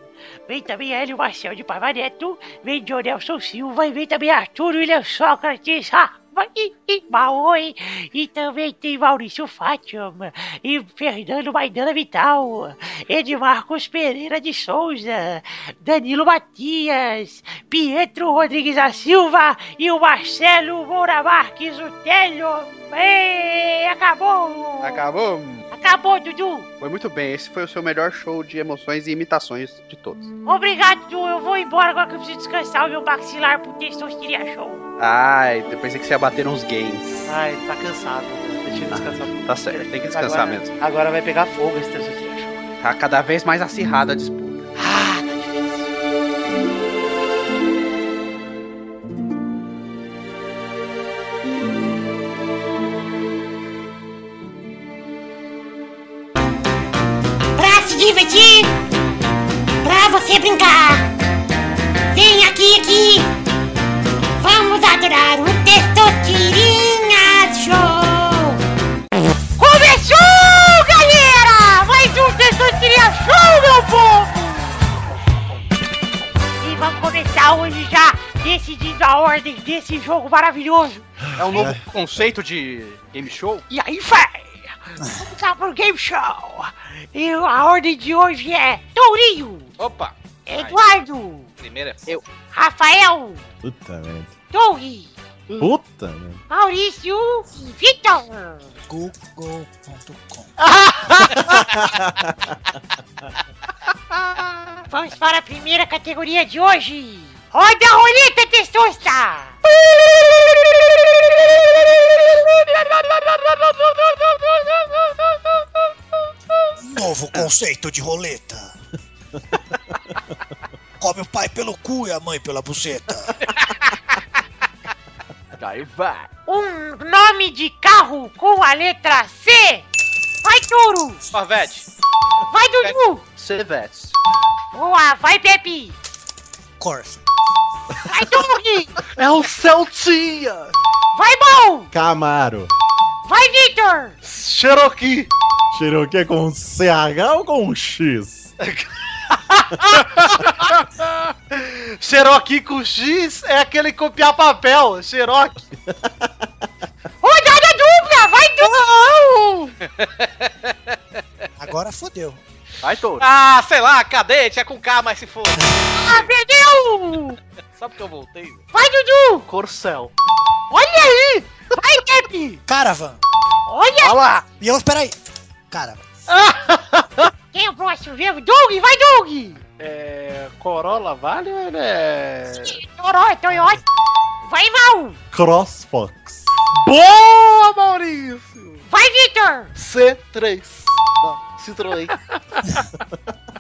M: Vem também a Hélio Marcel de Pavaneto, vem Jorelson Silva e vem também Arthur William Sócrates. Ah, vai, e, e, Maoi, e também tem Maurício Fátima, e Fernando Maidana Vital, Edmarcos Pereira de Souza, Danilo Matias, Pietro Rodrigues da Silva e o Marcelo Moura Marques, o Telho. Ei, acabou!
F: Acabou.
M: Acabou, Dudu!
F: Foi muito bem. Esse foi o seu melhor show de emoções e imitações de todos.
M: Obrigado, Du. Eu vou embora agora que eu preciso descansar o meu maxilar pro Testosteria Show.
F: Ai, eu pensei que você ia bater uns games.
A: Ai, tá cansado. Deixa eu descansar.
F: Tá certo, tem que descansar
A: Agora-
F: mesmo.
A: Agora vai pegar fogo esse Testosterinha Show.
F: Tá cada vez mais acirrada a disputa.
O: Pra se divertir, pra você brincar. Vem aqui, aqui. Vamos adorar o Testosterinha Show.
M: Começou, galera! Mais um Testosteria Show, meu povo! E vamos começar hoje já decidindo a ordem desse jogo maravilhoso.
F: É um novo conceito de game show?
M: E aí, fé! Vamos lá pro Game Show! E a ordem de hoje é Tourinho,
K: Opa!
M: Eduardo,
K: Primeira eu.
M: Rafael,
D: Puta merda.
M: Doug,
D: Puta merda.
M: Maurício e Vitor!
B: Google.com.
M: Vamos para a primeira categoria de hoje. Roda a roleta, testosta!
B: Novo conceito de roleta. [LAUGHS] Come o pai pelo cu e a mãe pela buceta.
C: Aí vai.
M: Um nome de carro com a letra C. Vai, Touro.
K: Corvette.
M: Vai, Dudu.
F: Cevette.
M: Boa, vai, Pepe.
B: Corsa.
M: Vai, Doug.
C: É o Celtinha.
M: Vai, Bom.
D: Camaro.
M: Vai, Victor.
D: Cherokee. Cherokee é com CH ou com X?
A: Xerox com X é aquele copiar papel, Xerox.
M: Rodada dupla, vai Não!
B: Agora fodeu.
F: Vai, Touro.
K: Ah, sei lá, cadete, é com K, mas se for.
M: Ah, perdeu!
K: Só porque eu voltei. velho.
M: Vai, Dudu.
C: Corcel.
M: Olha aí. Vai, Pepe.
B: Caravan.
M: Olha.
C: Olha lá.
B: E eu, peraí. Caravan.
M: Quem é o próximo vivo? Doug, vai, Doug.
H: É. Corolla Vale ou ele é.
M: Toró, Toyota. Vai, Val.
D: Crossfox.
H: Boa, Maurício!
M: Vai, Victor.
E: C3. Não, Citroën.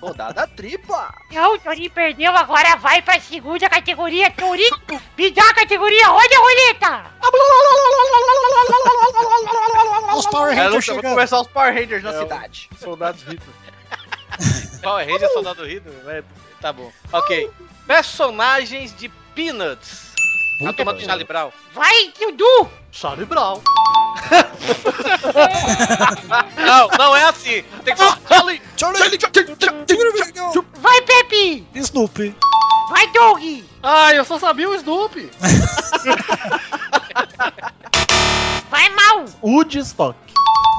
F: Rodada tripla.
M: Não, o Torinho perdeu, agora vai pra segunda categoria, Torinho. Me dá a categoria, roda a roleta.
B: Os
F: É, luta,
B: Power Rangers
F: vamos
B: chegando.
F: começar os Power Rangers na
K: É,
F: cidade.
H: Soldados Hitler.
K: Power Ranger Soldado Rido? Tá bom. Ok. Personagens de Peanuts. Tá A turma do Charlie Brown.
M: Vai, Dudu.
C: Charlie Brown.
K: Não, não é assim. Tem que falar Charlie.
M: Vai, Pepe.
B: Snoopy.
M: Vai, Doug.
H: Ah, eu só sabia o Snoopy.
M: [LAUGHS] Vai, Mal.
D: Woodstock.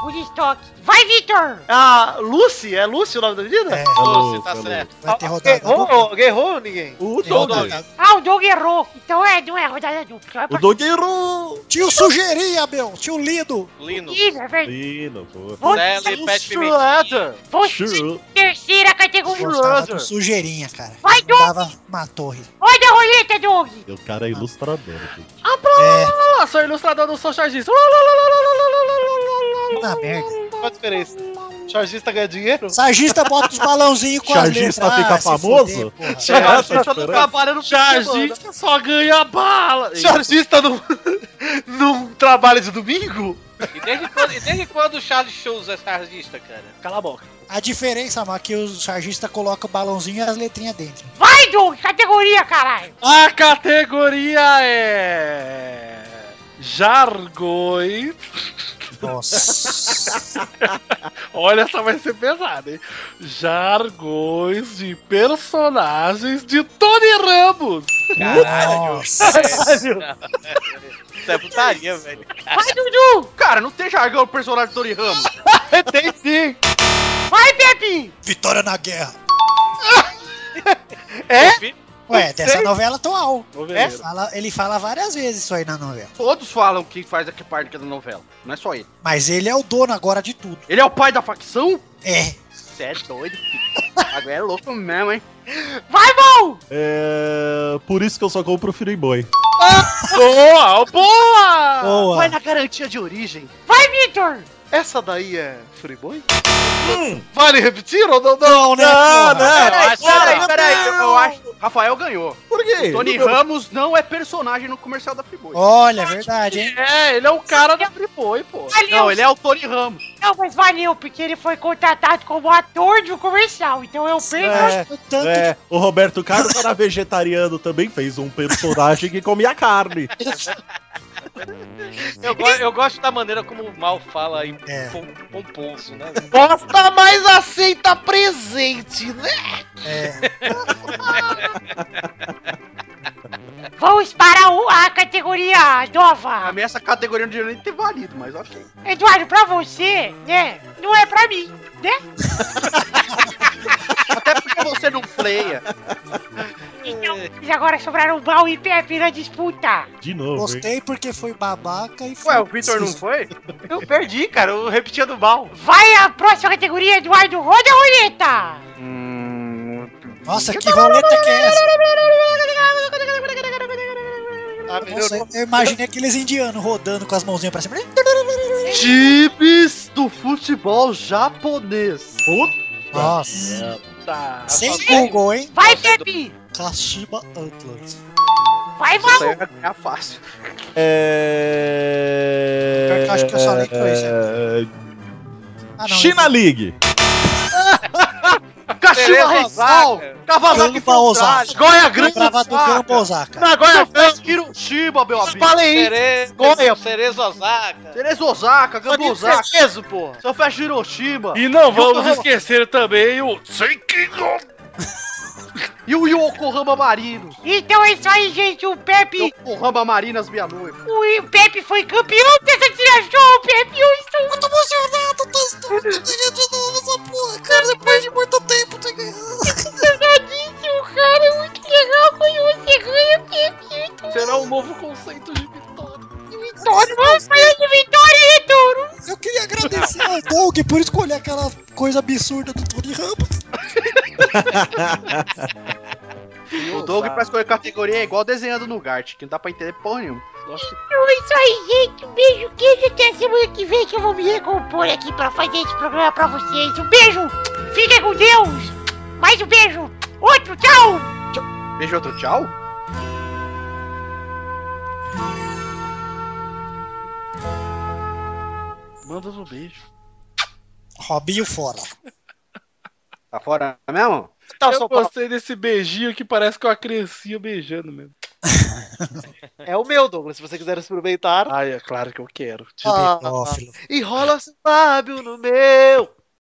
M: O de estoque. Vai, Victor.
A: Ah, Lucy? É Lucy o nome da menina?
B: É,
K: Doce, tá certo.
B: vai ter
A: Alguém
B: rodado.
A: errou? Alguém errou ninguém?
D: O
B: Tem rodado.
D: Doug.
M: Ah, o Doug errou. Então é, não é rodada dupla. Então é
D: O
M: pra
D: Doug errou.
B: Tio Sugeria, meu. Tio Lido.
K: Lino.
M: Ih, é verdade.
D: Ih, não foi.
M: Vou-
K: Nelly, Pet
A: Shredder.
M: Vou
D: Sure.
M: terceira categoria.
B: Gostava do sujeirinha, cara.
M: Vai, Doug.
B: Dava uma torre.
M: Roda a roleta, Doug.
D: O cara é ilustrador. gente.
B: É,
H: Ah, sou ilustrador do Social Justice.
B: na merda.
A: Qual a diferença? Chargista ganha dinheiro?
B: Sargista bota os balãozinhos com
D: Chargista
B: as letras.
D: fica
B: Ah, se
D: famoso?
B: fuder, porra.
A: Chargista
D: essa
A: não
D: diferença?
A: trabalha no semana.
H: Chargista só ganha bala.
A: Chargista não, [LAUGHS] não trabalha de domingo?
K: E desde quando, e desde quando o Charles Shows é artista, cara?
H: Cala a boca.
B: A diferença, mano, é que o sargista coloca o balãozinho e as letrinhas dentro.
M: Vai, Doug. Categoria, caralho.
H: A categoria é. Jargões.
B: Nossa.
H: Olha, essa vai ser pesada, hein? Jargões de personagens de Tony Ramos.
B: Nossa.
K: Isso é putaria, velho.
M: Vai, Dudu.
F: Cara, não tem jargão pro personagem do Tony Ramos.
H: Tem sim.
M: Vai, Pepe.
B: Vitória
D: [LAUGHS]
B: na guerra.
K: É?
B: Ué, dessa novela atual.
H: Vou ver.
B: Ele fala, ele fala várias vezes isso aí na novela.
F: Todos falam que faz aqui parte da novela. Não é só ele.
B: Mas ele é o dono agora de tudo.
F: Ele é o pai da facção?
B: É.
F: Você é doido, filho. Agora é [LAUGHS] louco mesmo, hein?
M: Vai, Bom.
D: É... Por isso que eu só compro o Freeboy.
H: Boa, boa!
B: Boa.
E: Vai na garantia de origem.
M: Vai, Victor.
A: Essa daí é Freeboy?
F: Hum.
A: Vale repetir ou não?
B: Não, né?
D: Ah,
F: Peraí,
B: porra?
F: peraí, peraí. Eu, eu acho. Rafael ganhou.
D: Por quê?
F: Tony Ramos não é personagem no comercial da Friboi.
B: Olha, é verdade, hein?
H: É, ele é o cara da Friboi, pô.
A: Tá
M: Valeu.
F: Não, ele é o Tony Ramos.
M: Não, mas valeu, porque ele foi contratado como ator de um comercial. Então eu perco.
D: É,
B: O tanto
D: é, o Roberto Carlos era vegetariano também, fez um personagem que comia carne.
K: Eu, go- eu gosto da maneira como o Mal fala aí,
B: É.
K: pom- pomposo, né?
A: Gosta mais aceita presente, né?
B: de- É,
M: Vamos para o- a categoria
F: Pra
M: nova.
F: mim, essa categoria não devia nem ter valido, mas ok.
M: Eduardo, pra você, né? Não é pra mim, né?
F: Até porque você não pleia.
M: Então, mas agora sobraram Bal e Pepe na disputa.
D: De novo, hein?
B: gostei porque foi babaca e foi.
F: Ué, o Victor não foi?
A: Eu perdi, cara. Eu repetia do mal.
M: Vai a próxima categoria, Eduardo. Roda a roleta.
F: Hum,
B: Nossa,
F: tá
B: que roleta que é essa?
A: Ah, melhorou.
F: Ah,
B: Nossa, eu imaginei aqueles indianos rodando com as mãozinhas pra cima.
F: Times do futebol japonês. Puta.
B: Nossa.
H: Tá.
B: Sem Google, hein?
M: Vai, Pepe!
B: Kashima Antlers.
M: Vai,
F: Isso aí
M: Val!
F: é ganhar fácil.
D: É...
B: Pior que eu acho que eu só li dois,
D: É... China League.
H: Cachimba Rosal! Kawasaki
B: Gamba Osaka.
H: Goya Grande!
B: Lembrava do Gamba Osaka.
H: Nagoya Grande! Hiroshima, meu amigo!
K: Cerezo,
H: Goya!
K: Cerezo Osaka.
F: Cerezo Osaka, Gamba
H: Só
F: Osaka.
H: de Cerezo, porra!
F: Só fecha Hiroshima.
H: E não vamos
F: Yokohama-
H: esquecer também o Senkigo!
F: E o Yokohama Marinos.
M: Então é isso aí, gente. O Pepe.
F: Yokohama Marinas, minha noiva.
M: O Pepe foi campeão dessa tira show, Pepe. Eu estou muito
B: emocionado. Tô, estou ganhando de novo essa porra, cara. Depois de muito tempo de
M: emocionadíssimo, cara. É muito legal quando você ganha, Pepe. Eu estou
H: Será um novo conceito de vitória.
M: vitória. Vamos falar de vitória, né, Touro?
B: Eu queria agradecer ao Doug por escolher aquela coisa absurda do Tony Ramos.
F: O Doug pra escolher categoria é igual desenhando no Gart, que não dá pra entender porra nenhuma.
M: Então é isso aí, gente. Um beijo, queijo. Até semana que vem que eu vou me recompor aqui pra fazer esse programa pra vocês. Um beijo. Fiquem com Deus. Mais um beijo. Outro, tchau.
F: Beijo, outro tchau.
H: Manda um beijo.
B: Robinho fora.
F: Tá fora mesmo?
H: eu gostei desse beijinho que parece que é uma criancinha beijando mesmo.
A: [LAUGHS] É o meu, Douglas, se você quiser
F: Ah,
A: experimentar.
H: Ai, é claro que eu quero.
A: Ah, enrola seu lábio no meu.